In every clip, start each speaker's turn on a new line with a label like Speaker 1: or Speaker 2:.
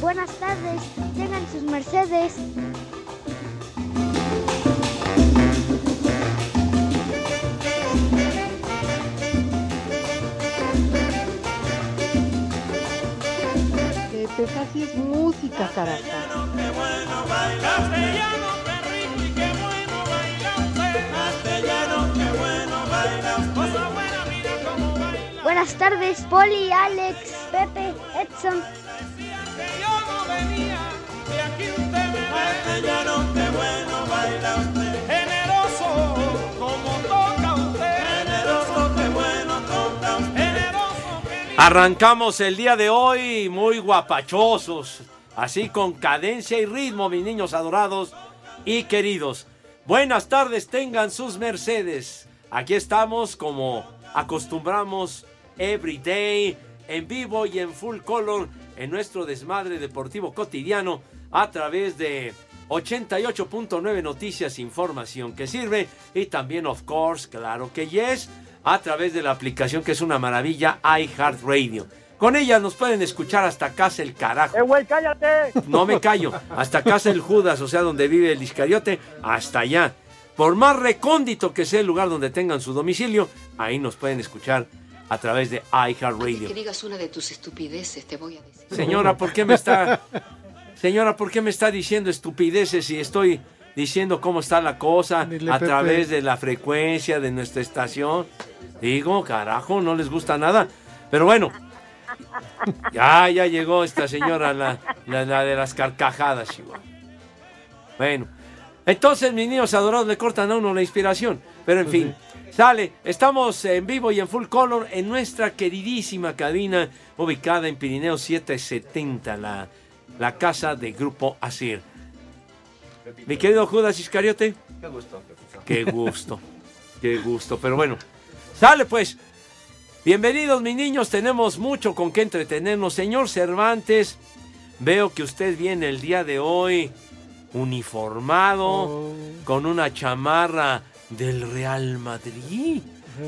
Speaker 1: Buenas tardes, tengan sus mercedes.
Speaker 2: Pepe Casi es música, carajo.
Speaker 3: Castellano, perrito, y qué bueno bailaste. Castellano, qué bueno bailas. Cosa buena, mira cómo baila.
Speaker 1: Buenas tardes, Poli, Alex, Pepe, Edson.
Speaker 3: Decían que yo no venía, y aquí usted me ve. Castellano, qué bueno bailaste. Generoso, como toca usted. Generoso, qué bueno toca usted. Generoso, qué lindo.
Speaker 4: Arrancamos el día de hoy muy guapachosos, así con cadencia y ritmo, mis niños adorados y queridos. Buenas tardes, tengan sus mercedes. Aquí estamos como acostumbramos every day, en vivo y en full color en nuestro desmadre deportivo cotidiano a través de 88.9 Noticias Información que sirve y también of course, claro que yes, a través de la aplicación que es una maravilla iHeartRadio. Con ella nos pueden escuchar hasta casa el carajo.
Speaker 5: Eh,
Speaker 4: No me callo. Hasta casa el Judas, o sea, donde vive el Iscariote, hasta allá. Por más recóndito que sea el lugar donde tengan su domicilio, ahí nos pueden escuchar a través de iHeartRadio.
Speaker 6: Que digas una de tus estupideces, te voy a decir.
Speaker 4: Señora, ¿por qué me está Señora, ¿por qué me está diciendo estupideces si estoy diciendo cómo está la cosa
Speaker 7: Dile,
Speaker 4: a
Speaker 7: Pepe.
Speaker 4: través de la frecuencia de nuestra estación? Digo, carajo, no les gusta nada. Pero bueno. Ya, ya llegó esta señora, la, la- la de las carcajadas, chihuahua. Bueno, entonces mis niños adorados le cortan a uno la inspiración. Pero en fin, sale. Estamos en vivo y en full color en nuestra queridísima cabina ubicada en Pirineo 770, la, la casa de Grupo Asir. Mi querido Judas Iscariote. Qué gusto. Qué gusto. Qué gusto. Pero bueno, sale pues. Bienvenidos mis niños, tenemos mucho con qué entretenernos. Señor Cervantes, veo que usted viene el día de hoy uniformado, con una chamarra del Real Madrid,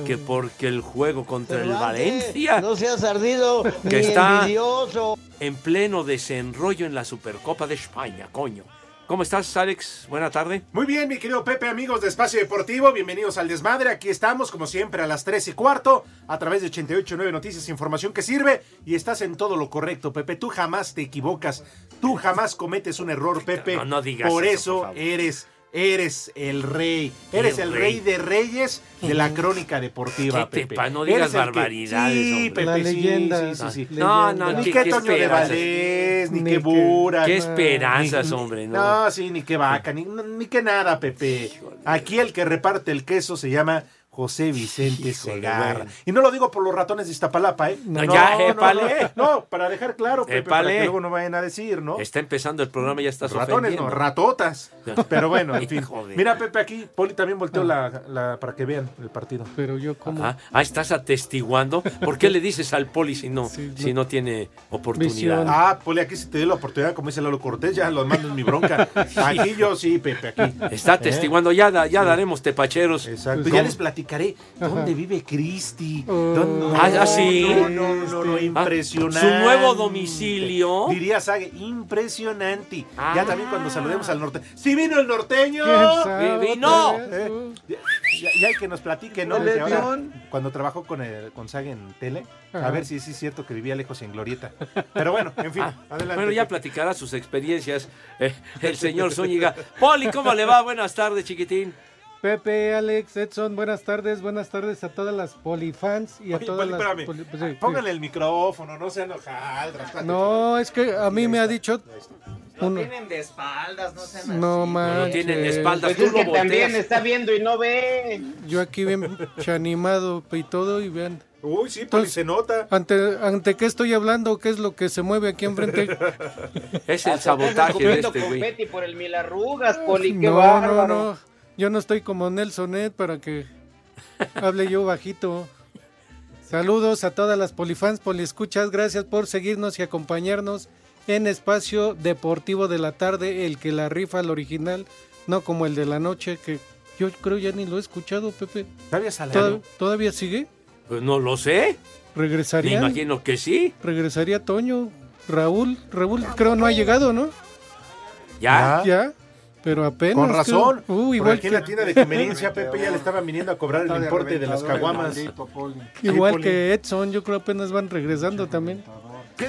Speaker 4: que porque el juego contra el Valencia
Speaker 8: No seas ardido,
Speaker 4: Que
Speaker 8: que
Speaker 4: está-
Speaker 8: está envidioso.
Speaker 4: en pleno desenrollo en la Supercopa de España, coño. ¿Cómo estás, Alex? Buena tarde.
Speaker 9: Muy bien, mi querido Pepe, amigos de Espacio Deportivo, bienvenidos al Desmadre. Aquí estamos, como siempre, a las 3 y cuarto, a través de 889 Noticias, información que sirve. Y estás en todo lo correcto, Pepe. Tú jamás te equivocas, tú jamás cometes un error, Pepe.
Speaker 4: No, no digas
Speaker 9: Por
Speaker 4: eso,
Speaker 9: eso,
Speaker 4: por favor.
Speaker 9: eres, eres el rey. Eres el
Speaker 4: rey.
Speaker 9: rey. de reyes de la crónica deportiva,
Speaker 4: ¿Qué te
Speaker 9: Pepe.
Speaker 4: pa- no digas
Speaker 9: Eres el que-
Speaker 4: barbaridades,
Speaker 9: Sí,
Speaker 4: hombre.
Speaker 9: Pepe,
Speaker 7: La
Speaker 9: sí,
Speaker 7: leyenda.
Speaker 9: sí, sí, sí.
Speaker 4: No, no,
Speaker 7: Leyenda.
Speaker 9: Ni
Speaker 4: ¿qué-
Speaker 9: que
Speaker 4: qué
Speaker 9: Toño de
Speaker 4: esperanzas?
Speaker 9: Valdés, ni,
Speaker 7: Ni
Speaker 9: que
Speaker 7: que-
Speaker 9: Burak.
Speaker 4: Qué
Speaker 9: no.
Speaker 4: esperanzas,
Speaker 9: Ni-
Speaker 4: hombre. No.
Speaker 9: No, sí, ni que vaca, ni, ni que nada, Pepe. Aquí el que reparte el queso se llama José Vicente Segarra.
Speaker 4: bueno.
Speaker 9: Y no lo digo por los ratones de Iztapalapa, ¿eh?
Speaker 4: No, ya, épale.
Speaker 9: No, no, para dejar claro, Pepe, para
Speaker 4: Épale.
Speaker 9: que luego no vayan a decir, ¿no?
Speaker 4: Está empezando el programa, ya estás
Speaker 9: Ratones, no,
Speaker 4: ofendiendo.
Speaker 9: ratotas. Pero bueno, en fin.
Speaker 4: Hijo de-
Speaker 9: Mira, Pepe, aquí Poli también volteó la, la- para que vean el partido.
Speaker 7: Ah. Pero yo como
Speaker 4: Ah, ah, estás atestiguando. ¿Por qué le dices al poli si no,
Speaker 7: Sí,
Speaker 4: si
Speaker 7: no.
Speaker 4: no tiene
Speaker 7: Visión.
Speaker 4: oportunidad?
Speaker 9: Ah, Poli, aquí si te dio la oportunidad, como dice Lalo Cortés, ya lo mando en mi bronca. Aquí ¿Eh? yo sí, Pepe, aquí.
Speaker 4: Está atestiguando. Ya, da- ya daremos tepacheros.
Speaker 9: Exacto.
Speaker 7: Pues,
Speaker 9: ya
Speaker 7: ¿cómo?
Speaker 9: les platicaré dónde vive Cristi.
Speaker 4: Ah, ah, sí.
Speaker 9: No, no, no, no, impresionante.
Speaker 4: Su nuevo domicilio. Ah.
Speaker 9: Diría Sague, impresionante. Ya también cuando saludemos al norteño. ¡Sí vino el norteño!
Speaker 4: Vi- vino.
Speaker 9: Eh, ya, ya- ya hay que nos platique, ¿no?
Speaker 7: ¿No
Speaker 9: Desde
Speaker 7: le
Speaker 9: ahora,
Speaker 7: dieron?
Speaker 9: cuando trabajó con, el, con Sague en tele, a
Speaker 4: Ajá.
Speaker 9: ver si sí es cierto que vivía lejos en Glorieta. Pero bueno, en fin, adelante.
Speaker 4: Ah, Bueno, ya platicará sus experiencias eh, el señor Zúñiga. Poli, ¿cómo le va? Buenas tardes, chiquitín.
Speaker 7: Pepe, Alex, Edson, buenas tardes, buenas tardes a todas las polifans y a
Speaker 9: Oye,
Speaker 7: todas
Speaker 9: Poli,
Speaker 7: las
Speaker 9: espérame. Ah,
Speaker 7: poli- pues, sí, sí.
Speaker 9: Póngale el micrófono, no sean hojaldras.
Speaker 7: No, es que a mí me ha dicho uno-
Speaker 8: de espaldas, no sean
Speaker 7: No manches.
Speaker 8: Pues es que también está viendo y no ve.
Speaker 7: Yo aquí bien animado y todo y vean.
Speaker 9: Uy, sí,
Speaker 7: Poli,
Speaker 9: se nota.
Speaker 7: Ante, ante qué estoy hablando, qué es lo que se mueve aquí enfrente.
Speaker 4: Es el
Speaker 8: Estás
Speaker 4: sabotaje de
Speaker 8: comiendo
Speaker 4: este güey.
Speaker 8: confeti por el mil arrugas, Poli, qué
Speaker 7: Ah, no,
Speaker 8: bárbaro.
Speaker 7: no, no. Yo no estoy como Nelson Ed para que hable yo bajito. Saludos a todas las polifans, poliescuchas. Gracias por seguirnos y acompañarnos en Espacio Deportivo de la Tarde, el que la rifa al original, no como el de la noche, que yo creo ya ni lo he escuchado, Pepe.
Speaker 9: ¿Todavía
Speaker 4: sale
Speaker 7: ¿Todavía,
Speaker 4: algo?
Speaker 7: sigue?
Speaker 4: Pues no lo sé. Me
Speaker 7: ¿Regresaría?
Speaker 4: imagino que sí.
Speaker 7: ¿Regresaría Toño? ¿Raúl? Raúl creo no ha llegado, ¿no?
Speaker 4: Ya.
Speaker 7: Ya, pero apenas.
Speaker 9: Con razón.
Speaker 7: creo. Uh,
Speaker 9: Por
Speaker 7: igual
Speaker 9: aquí
Speaker 7: que,
Speaker 9: en la tienda de conveniencia, Pepe ya le estaban viniendo a cobrar el importe de las caguamas.
Speaker 7: igual
Speaker 9: Sí,
Speaker 7: que Edson, yo creo apenas van regresando también.
Speaker 10: ¿Qué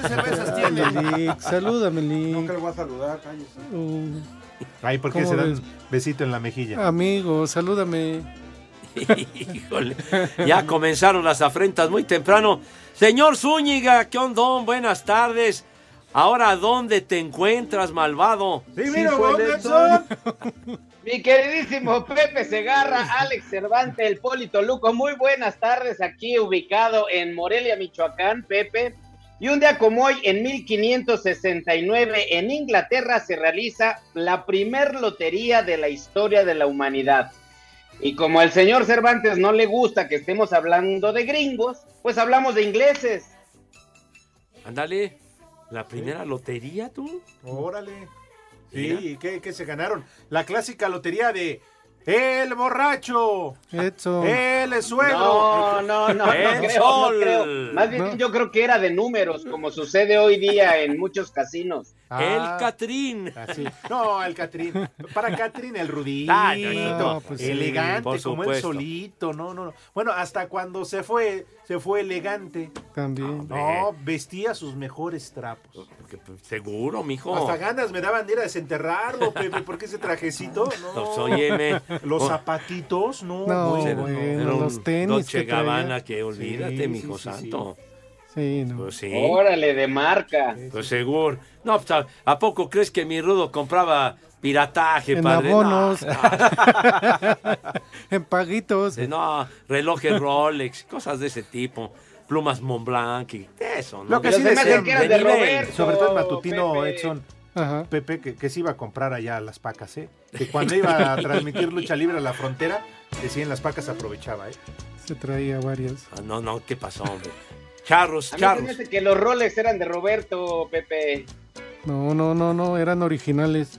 Speaker 10: cervezas
Speaker 7: Ándale,
Speaker 10: tiene?
Speaker 7: Lick, Salúdame, Lick.
Speaker 10: Nunca le voy a saludar, cállese.
Speaker 7: Uh,
Speaker 9: Ay, ¿por qué
Speaker 7: ¿Cómo
Speaker 9: se dan
Speaker 7: ves? Ah,
Speaker 9: besito en la mejilla?
Speaker 7: amigo, salúdame.
Speaker 4: Híjole. Ya comenzaron las afrentas muy temprano. Señor Zúñiga, ¿qué ondón? Buenas tardes. Ahora, ¿dónde te encuentras, malvado?
Speaker 9: Sí,
Speaker 8: mira,
Speaker 9: fue
Speaker 8: Bob Mi queridísimo Pepe Segarra, Alex Cervantes, el Poli Toluco, muy buenas tardes aquí ubicado en Morelia, Michoacán, Pepe. Y un día como hoy, en 1569, en Inglaterra se realiza la primer lotería de la historia de la humanidad. Y como al señor Cervantes no le gusta que estemos hablando de gringos, pues hablamos de ingleses.
Speaker 4: Ándale. La primera lotería, tú.
Speaker 9: Órale. Sí,
Speaker 4: Mira.
Speaker 9: ¿y qué, qué se ganaron? La clásica lotería de El borracho.
Speaker 7: Edson.
Speaker 9: El suegro.
Speaker 8: No, no, no, no creo, no creo. Más bien yo creo que era de números, como sucede hoy día en muchos casinos.
Speaker 4: El Catrín.
Speaker 9: No, el Catrín. Para Catrín, el rudito,
Speaker 4: Ah, no, no, pues sí,
Speaker 9: elegante,
Speaker 4: por
Speaker 9: como él
Speaker 4: supuesto.
Speaker 9: solito. No, no, no. Bueno, hasta cuando se fue, se fue elegante.
Speaker 7: También.
Speaker 9: No, vestía sus mejores trapos.
Speaker 4: Que, pues, Seguro, mijo.
Speaker 9: Hasta ganas me daban de ir a desenterrarlo, Pepe, porque ese trajecito, no.
Speaker 4: Pues, óyeme.
Speaker 9: Los
Speaker 4: Oh.
Speaker 9: zapatitos, no.
Speaker 7: No,
Speaker 4: Pues, era-
Speaker 7: bueno,
Speaker 4: era un
Speaker 7: los tenis
Speaker 4: Dolce
Speaker 7: que traía.
Speaker 4: Gabbana que olvídate,
Speaker 9: Sí,
Speaker 4: mijo
Speaker 9: sí, sí,
Speaker 4: santo.
Speaker 7: Sí, no.
Speaker 4: Pues sí.
Speaker 8: Órale, de marca.
Speaker 4: Pues seguro. No, pues, ¿a, a poco crees que mi rudo compraba pirataje,
Speaker 7: En
Speaker 4: padre? No,
Speaker 7: abonos.
Speaker 4: no.
Speaker 7: en paguitos.
Speaker 4: Sí, no, relojes Rolex, cosas de ese tipo. Plumas Montblanc y eso, ¿no?
Speaker 9: Lo que
Speaker 8: Pero
Speaker 9: sí
Speaker 8: se me hace
Speaker 9: decían,
Speaker 8: que eran de
Speaker 4: nivel.
Speaker 8: Roberto,
Speaker 9: sobre todo el matutino
Speaker 8: Pepe.
Speaker 9: Edson.
Speaker 7: Ajá.
Speaker 9: Pepe, que, que se iba a comprar allá a las pacas, ¿eh? Que cuando iba a transmitir lucha libre a la frontera, decían las pacas aprovechaba, ¿eh?
Speaker 7: Se traía varias.
Speaker 4: Ah, No, no, ¿qué pasó, hombre? Charros,
Speaker 8: A mí se me
Speaker 4: charros.
Speaker 8: hace que los Rolex eran de Roberto, Pepe.
Speaker 7: No, no, no, no, eran originales.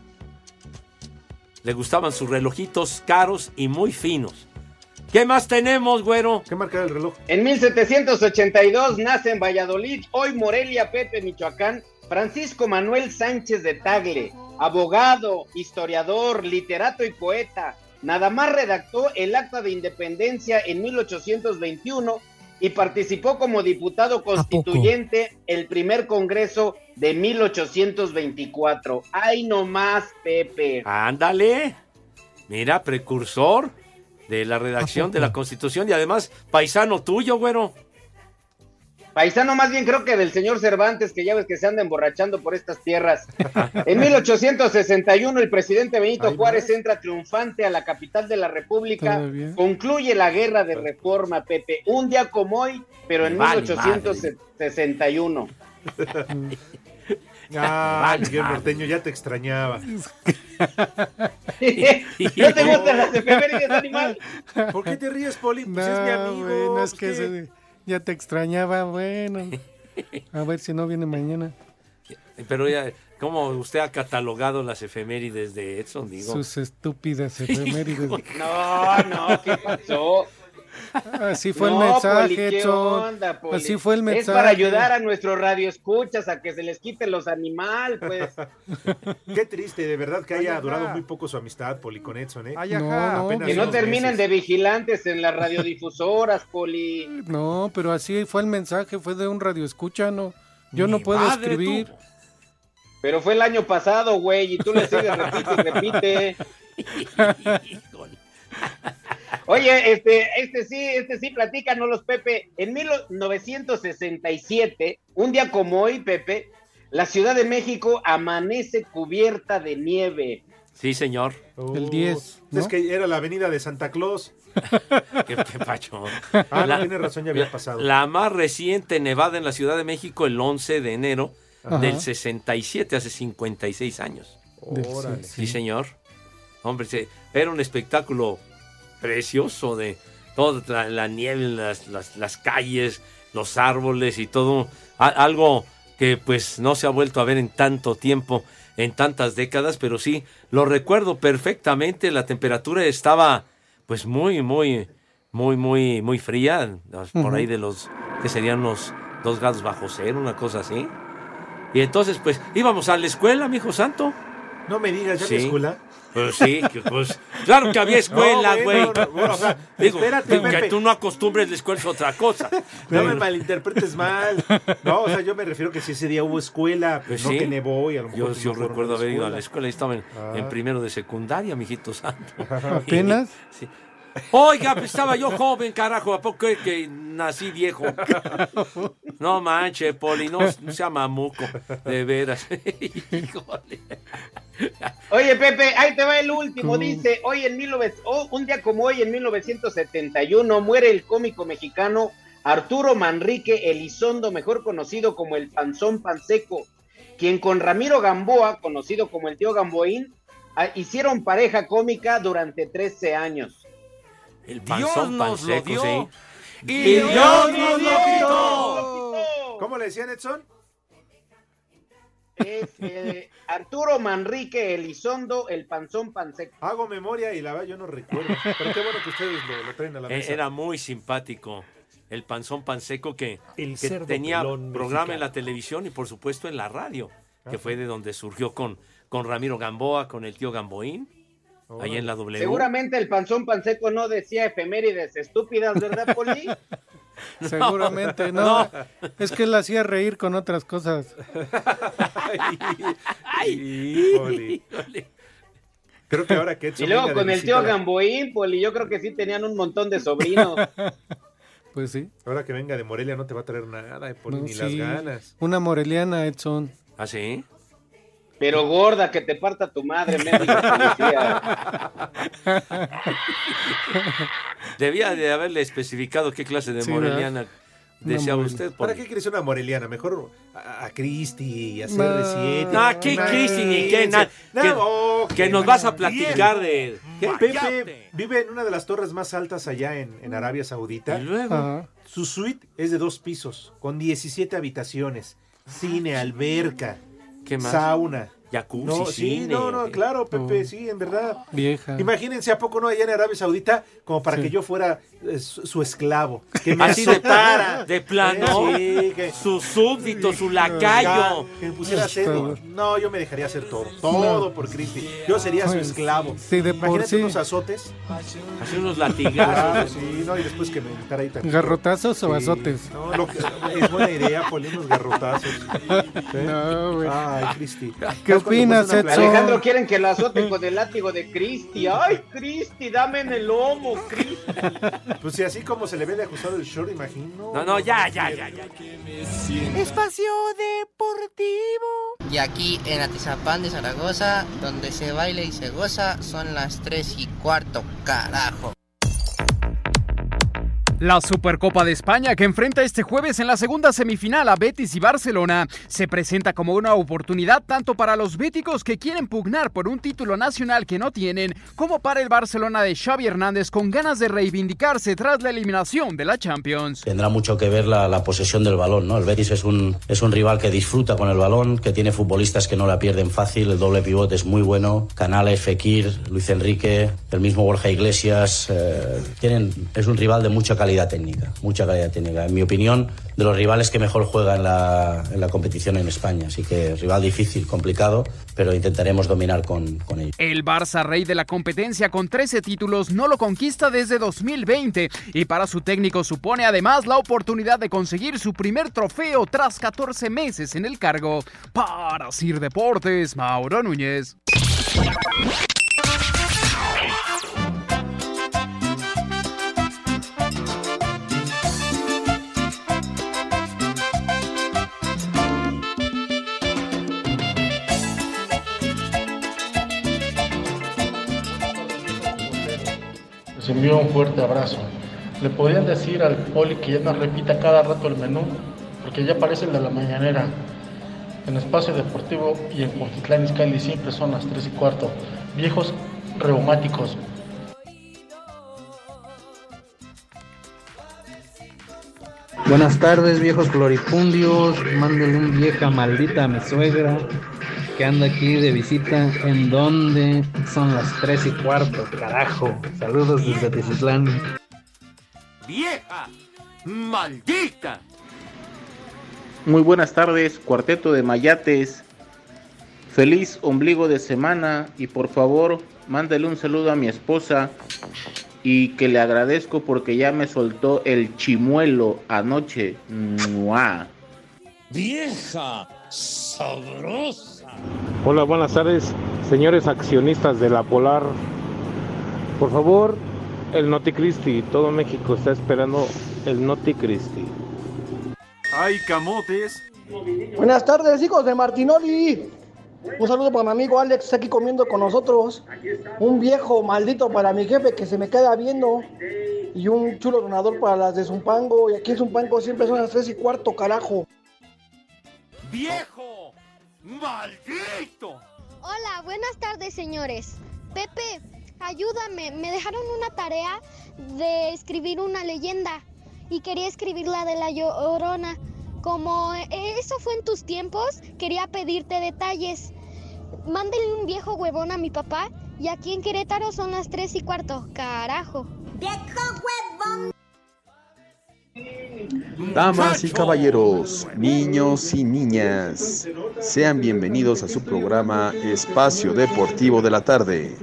Speaker 4: Le gustaban sus relojitos caros y muy finos. ¿Qué más tenemos, güero?
Speaker 9: ¿Qué marca era el reloj?
Speaker 8: En 1782 nace en Valladolid, hoy Morelia, Pepe, Michoacán, Francisco Manuel Sánchez de Tagle, abogado, historiador, literato y poeta. Nada más redactó el Acta de Independencia en 1821 y participó como diputado constituyente el primer Congreso de 1824. ¡Ay, no más, Pepe!
Speaker 4: Ándale. Mira, precursor de la redacción de la Constitución y además paisano tuyo, güero.
Speaker 8: Paisano más bien creo que del señor Cervantes, que ya ves que se anda emborrachando por estas tierras. En 1861 el presidente Benito Juárez entra triunfante a la capital de la República,
Speaker 7: Todavía.
Speaker 8: concluye la guerra de reforma, Pepe, un día como hoy, pero en
Speaker 4: Vale,
Speaker 8: 1861.
Speaker 9: Ah,
Speaker 4: Vale,
Speaker 9: Miguel
Speaker 4: madre.
Speaker 9: Norteño, ya te extrañaba.
Speaker 8: ¿No te gustan las efemérides, animal?
Speaker 9: ¿Por qué te ríes, Poli? Pues es mi
Speaker 7: No,
Speaker 9: amigo.
Speaker 7: bueno, es
Speaker 9: pues,
Speaker 7: que
Speaker 9: ¿qué?
Speaker 7: se- ya te extrañaba, bueno. A ver si no viene mañana.
Speaker 4: Eh, Pero ya, ¿cómo usted ha catalogado las efemérides de Edson? Digo,
Speaker 7: Sus estúpidas efemérides.
Speaker 8: No, no, ¿qué pasó?
Speaker 7: Así fue
Speaker 8: No,
Speaker 7: el mensaje,
Speaker 8: Poli, ¿qué
Speaker 7: Edson.
Speaker 8: onda, Poli?
Speaker 7: Así fue el mensaje.
Speaker 8: Es para ayudar a nuestros radioescuchas a que se les quiten los animal, pues.
Speaker 9: Qué triste, de verdad que haya
Speaker 8: Ay, ajá.
Speaker 9: durado muy poco su amistad, Poli, con Edson, ¿eh?
Speaker 8: Ay, ajá.
Speaker 9: Apenas
Speaker 8: que no
Speaker 9: unos
Speaker 8: terminen
Speaker 9: meses.
Speaker 8: de vigilantes en las radiodifusoras, Poli.
Speaker 7: No, pero así fue el mensaje, fue de un radio escucha, no. Yo no puedo
Speaker 8: madre,
Speaker 7: escribir.
Speaker 8: Pero fue el año pasado, güey, y tú le sigues, repite, y repite. Oye, este, este sí, este sí, platícanos los Pepe. En 1967, un día como hoy, Pepe, la Ciudad de México amanece cubierta de nieve.
Speaker 4: Sí, señor.
Speaker 7: El 10,
Speaker 9: Es que era la avenida de Santa Claus.
Speaker 4: Qué, qué pacho.
Speaker 9: Ah, no, tiene razón, ya había pasado.
Speaker 4: La más reciente nevada en la Ciudad de México el 11 de enero
Speaker 9: Ajá.
Speaker 4: del 67, hace 56 años.
Speaker 9: Del Órale.
Speaker 4: Sí, señor. Hombre, se- era un espectáculo precioso de toda la, la nieve, las, las- las calles, los árboles y todo. A- algo que pues no se ha vuelto a ver en tanto tiempo, en tantas décadas, pero sí, lo recuerdo perfectamente. La temperatura estaba pues muy, muy, muy, muy, muy fría. Por ahí
Speaker 11: Ujú.
Speaker 4: de los que serían los dos grados bajo cero, una cosa así. Y entonces, pues, íbamos a la escuela, mi hijo santo.
Speaker 9: No me digas, ¿ya
Speaker 4: Sí.
Speaker 9: había escuela?
Speaker 4: Pues sí, que, pues, claro que había escuela,
Speaker 9: No,
Speaker 4: güey.
Speaker 9: bueno, no, bueno, o sea,
Speaker 4: Digo,
Speaker 9: espérate,
Speaker 4: digo, que
Speaker 9: Pepe.
Speaker 4: tú no acostumbres la escuela es otra cosa.
Speaker 9: No me malinterpretes mal. No, o sea, yo me refiero que si ese día hubo escuela,
Speaker 4: Pues
Speaker 9: no
Speaker 4: sí.
Speaker 9: que nevó y a lo mejor...
Speaker 4: Yo,
Speaker 9: sí
Speaker 4: yo
Speaker 9: fueron
Speaker 4: recuerdo haber ido a la
Speaker 9: escuela.
Speaker 4: escuela, ahí estaba en, en
Speaker 9: Ah.
Speaker 4: primero de secundaria, mijito santo.
Speaker 7: ¿Apenas?
Speaker 4: Sí. Oiga, pues estaba yo joven, carajo, ¿a poco es que nací viejo? No manche, Poli, no, no sea mamuco, de veras. Híjole.
Speaker 8: Oye, Pepe, ahí te va el último. Dice, hoy en 19 oh, un día como hoy, en 1971, muere el cómico mexicano Arturo Manrique Elizondo, mejor conocido como el Panzón Panseco, quien con Ramiro Gamboa, conocido como el tío Gamboín, ah, hicieron pareja cómica durante 13 años.
Speaker 4: El
Speaker 8: Dios
Speaker 4: panzón
Speaker 8: nos lo
Speaker 4: panseco,
Speaker 8: dio.
Speaker 4: sí.
Speaker 8: Y
Speaker 9: Dios
Speaker 8: Dios
Speaker 9: nos lo
Speaker 8: quitó.
Speaker 9: ¿Cómo le decían, Edson?
Speaker 8: Es eh, Arturo Manrique Elizondo, el Panzón Panseco.
Speaker 9: Hago memoria y la verdad yo no recuerdo. Pero qué bueno que ustedes lo, lo traen a la
Speaker 4: Eh,
Speaker 9: mesa.
Speaker 4: Era muy simpático. El panzón panseco que,
Speaker 9: El
Speaker 4: que
Speaker 9: cerdo
Speaker 4: tenía
Speaker 9: pelón
Speaker 4: programa en
Speaker 9: mexicano.
Speaker 4: la televisión y por supuesto en la radio, que
Speaker 9: Ah.
Speaker 4: fue de donde surgió con, con Ramiro Gamboa, con el tío Gamboín, ahí en la W.
Speaker 8: Seguramente el panzón panseco no decía efemérides estúpidas, ¿verdad, Poli?
Speaker 7: Seguramente, no.
Speaker 8: No.
Speaker 7: Es que él hacía reír con otras cosas.
Speaker 9: Híjole. Creo que ahora que Edson
Speaker 8: Y luego
Speaker 9: venga de
Speaker 8: con el tío
Speaker 9: visita-
Speaker 8: Gamboín, Poli, yo creo que sí tenían un montón de sobrinos.
Speaker 7: Pues sí.
Speaker 9: Ahora que venga de Morelia no te va a traer nada, eh, por
Speaker 7: No,
Speaker 9: ni las
Speaker 7: sí.
Speaker 9: ganas.
Speaker 7: Una moreliana, Edson.
Speaker 4: ¿Ah, sí?
Speaker 8: Pero gorda, que te parta tu madre, me dijo el policía.
Speaker 4: Debía de haberle especificado qué clase de
Speaker 9: Sí,
Speaker 4: moreliana
Speaker 9: ¿verdad?
Speaker 4: deseaba
Speaker 9: Una
Speaker 4: usted.
Speaker 9: moreliana.
Speaker 4: por-
Speaker 9: ¿Para qué quieres una moreliana? Mejor a, a Cristi y hacer
Speaker 4: No.
Speaker 9: de siete.
Speaker 4: No, Ah, ¿qué Cristi ni qué? Na-
Speaker 9: No,
Speaker 4: que-
Speaker 9: oh,
Speaker 4: que
Speaker 9: qué
Speaker 4: nos vas a
Speaker 9: mal.
Speaker 4: platicar
Speaker 9: Bien.
Speaker 4: de-
Speaker 9: Que
Speaker 4: Cállate.
Speaker 9: Pepe vive en una de las torres más altas allá en,
Speaker 4: Mm.
Speaker 9: en Arabia Saudita.
Speaker 7: Ajá.
Speaker 9: Su suite es de dos pisos, con 17 habitaciones, cine, alberca,
Speaker 4: Ah, ¿Qué más?
Speaker 9: sauna.
Speaker 4: Jacuzzi,
Speaker 9: no, sí,
Speaker 4: cine. eh.
Speaker 9: no, no, claro, Pepe,
Speaker 7: Oh.
Speaker 9: sí, en verdad.
Speaker 7: Vieja.
Speaker 9: Imagínense, ¿a poco no allá en Arabia Saudita? Como para
Speaker 7: Sí.
Speaker 9: que yo fuera eh, su, su esclavo. Que me
Speaker 4: Así de,
Speaker 9: azotara.
Speaker 4: de plano,
Speaker 9: Sí, que-
Speaker 4: su súbdito, su lacayo. Este,
Speaker 9: Que me pusiera a hacer-
Speaker 7: Todo.
Speaker 9: No, yo me dejaría hacer todo. Todo por Cristi. Yo sería su
Speaker 7: Pues,
Speaker 9: esclavo.
Speaker 7: sí, de por
Speaker 9: Imagínate
Speaker 7: sí.
Speaker 9: unos azotes.
Speaker 4: Así unos latigazos.
Speaker 9: Ah, sí, no, y después que me estar ahí también.
Speaker 7: ¿Garrotazos o
Speaker 9: Sí,
Speaker 7: azotes?
Speaker 9: No, lo que- es buena idea, Poli, unos garrotazos. ¿Eh?
Speaker 7: No, güey.
Speaker 9: Ay, Cristi.
Speaker 7: ¿Qué
Speaker 9: ¿Sabes cuándo
Speaker 7: opinas,
Speaker 9: puse una
Speaker 7: Edson?
Speaker 9: playera?
Speaker 8: Alejandro, quieren que lo azoten con el látigo de Cristi. ¡Ay, Cristi, dame en el lomo, Cristi!
Speaker 9: Pues si así como se le ve de ajustado el short, imagino.
Speaker 4: No, no, ya, ya, ya, ya.
Speaker 12: Espacio Deportivo. Y aquí en Atizapán de Zaragoza, donde se baila y se goza, son las 3 y cuarto, carajo.
Speaker 11: La Supercopa de España, que enfrenta este jueves en la segunda semifinal a Betis y Barcelona, se presenta como una oportunidad tanto para los béticos que quieren pugnar por un título nacional que no tienen, como para el Barcelona de Xavi Hernández con ganas de reivindicarse tras la eliminación de la Champions.
Speaker 13: Tendrá mucho que ver la, la posesión del balón, ¿no? El Betis es un, es un rival que disfruta con el balón, que tiene futbolistas que no la pierden fácil, el doble pivote es muy bueno, Canales, Fekir, Luis Enrique, el mismo Borja Iglesias, eh, tienen, es un rival de mucha calidad técnica, mucha calidad técnica. En mi opinión, de los rivales que mejor juega en la, en la competición en España, así que rival difícil, complicado, pero intentaremos dominar con, con ellos.
Speaker 11: El Barça, rey de la competencia con 13 títulos, no lo conquista desde 2020 y para su técnico supone además la oportunidad de conseguir su primer trofeo tras 14 meses en el cargo. Para Sir Deportes, Mauro Núñez.
Speaker 14: Les envío un fuerte abrazo. ¿Le podrían decir al poli que ya no repita cada rato el menú? Porque ya parece el de la mañanera. En Espacio Deportivo y en Cuautitlán Izcalli siempre son las 3 y cuarto. Viejos reumáticos.
Speaker 15: Buenas tardes, viejos floripundios. Mándale un vieja maldita a mi suegra que anda aquí de visita. ¿En donde Son las 3 y cuarto, carajo. Saludos desde Tizitlán.
Speaker 4: ¡Vieja! ¡Maldita!
Speaker 16: Muy buenas tardes, cuarteto de Mayates. Feliz ombligo de semana y por favor, mándale un saludo a mi esposa y que le agradezco porque ya me soltó el chimuelo anoche. ¡Mua!
Speaker 17: Vieja sabrosa.
Speaker 18: Hola, buenas tardes, señores accionistas de la Polar. Por favor, el Noti Cristi, todo México está esperando el Noti Cristi.
Speaker 19: ¡Ay, camotes!
Speaker 5: Buenas tardes, hijos de Martinoli. Un saludo para mi amigo Alex, está aquí comiendo con nosotros. Un viejo maldito para mi jefe que se me queda viendo. Y un chulo donador para las de Zumpango. Y aquí en Zumpango siempre son las 3 y cuarto, carajo.
Speaker 4: ¡Viejo! ¡Maldito!
Speaker 1: Hola, buenas tardes, señores. Pepe, ayúdame. Me dejaron una tarea de escribir una leyenda y quería escribir la de la llorona. Como eso fue en tus tiempos, quería pedirte detalles. Mándele un viejo huevón a mi papá y aquí en Querétaro son las 3 y cuarto. Carajo. ¡Viejo huevón!
Speaker 20: Damas y caballeros, niños y niñas, sean bienvenidos a su programa Espacio Deportivo de la Tarde.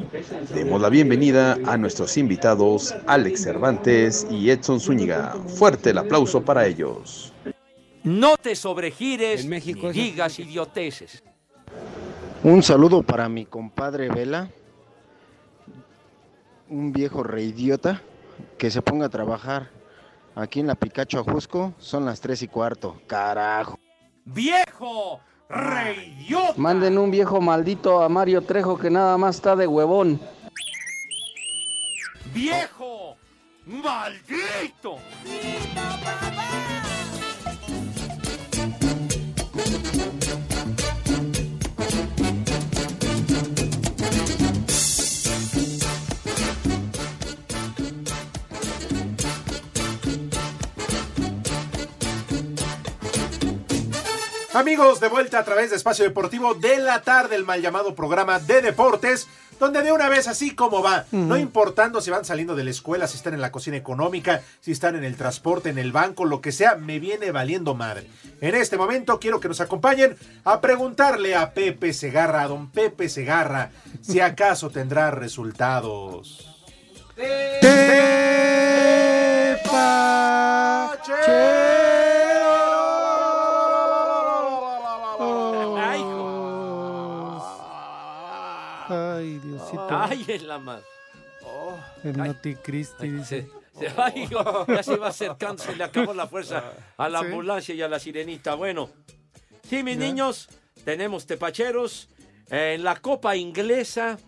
Speaker 20: Demos la bienvenida a nuestros invitados Alex Cervantes y Edson Zúñiga. Fuerte el aplauso para ellos.
Speaker 4: No te sobregires ni digas idioteces.
Speaker 21: Un saludo para mi compadre Vela, un viejo reidiota que se ponga a trabajar aquí en la Picacho Ajusco. Son las 3 y cuarto. Carajo.
Speaker 4: ¡Viejo! ¡Reidiota!
Speaker 21: Manden un viejo maldito a Mario Trejo que nada más está de huevón.
Speaker 4: ¡Viejo! ¡Maldito!
Speaker 9: Amigos, de vuelta a través de Espacio Deportivo de la tarde, el mal llamado programa de deportes, donde de una vez así como va, no importando si van saliendo de la escuela, si están en la cocina económica, si están en el transporte, en el banco, lo que sea, me viene valiendo madre. En este momento quiero que nos acompañen a preguntarle a Pepe Segarra, a don Pepe Segarra, si acaso tendrá resultados.
Speaker 7: Ay, Diosito.
Speaker 4: ¡Ay, es la madre! Oh,
Speaker 7: El
Speaker 4: ay,
Speaker 7: Noticristi dice.
Speaker 4: se- ay, oh, ya se va acercando, se le acabó la fuerza a la
Speaker 7: Sí.
Speaker 4: ambulancia y a la sirenita. Bueno, sí, mis niños, tenemos tepacheros. En la Copa eh, Inglesa,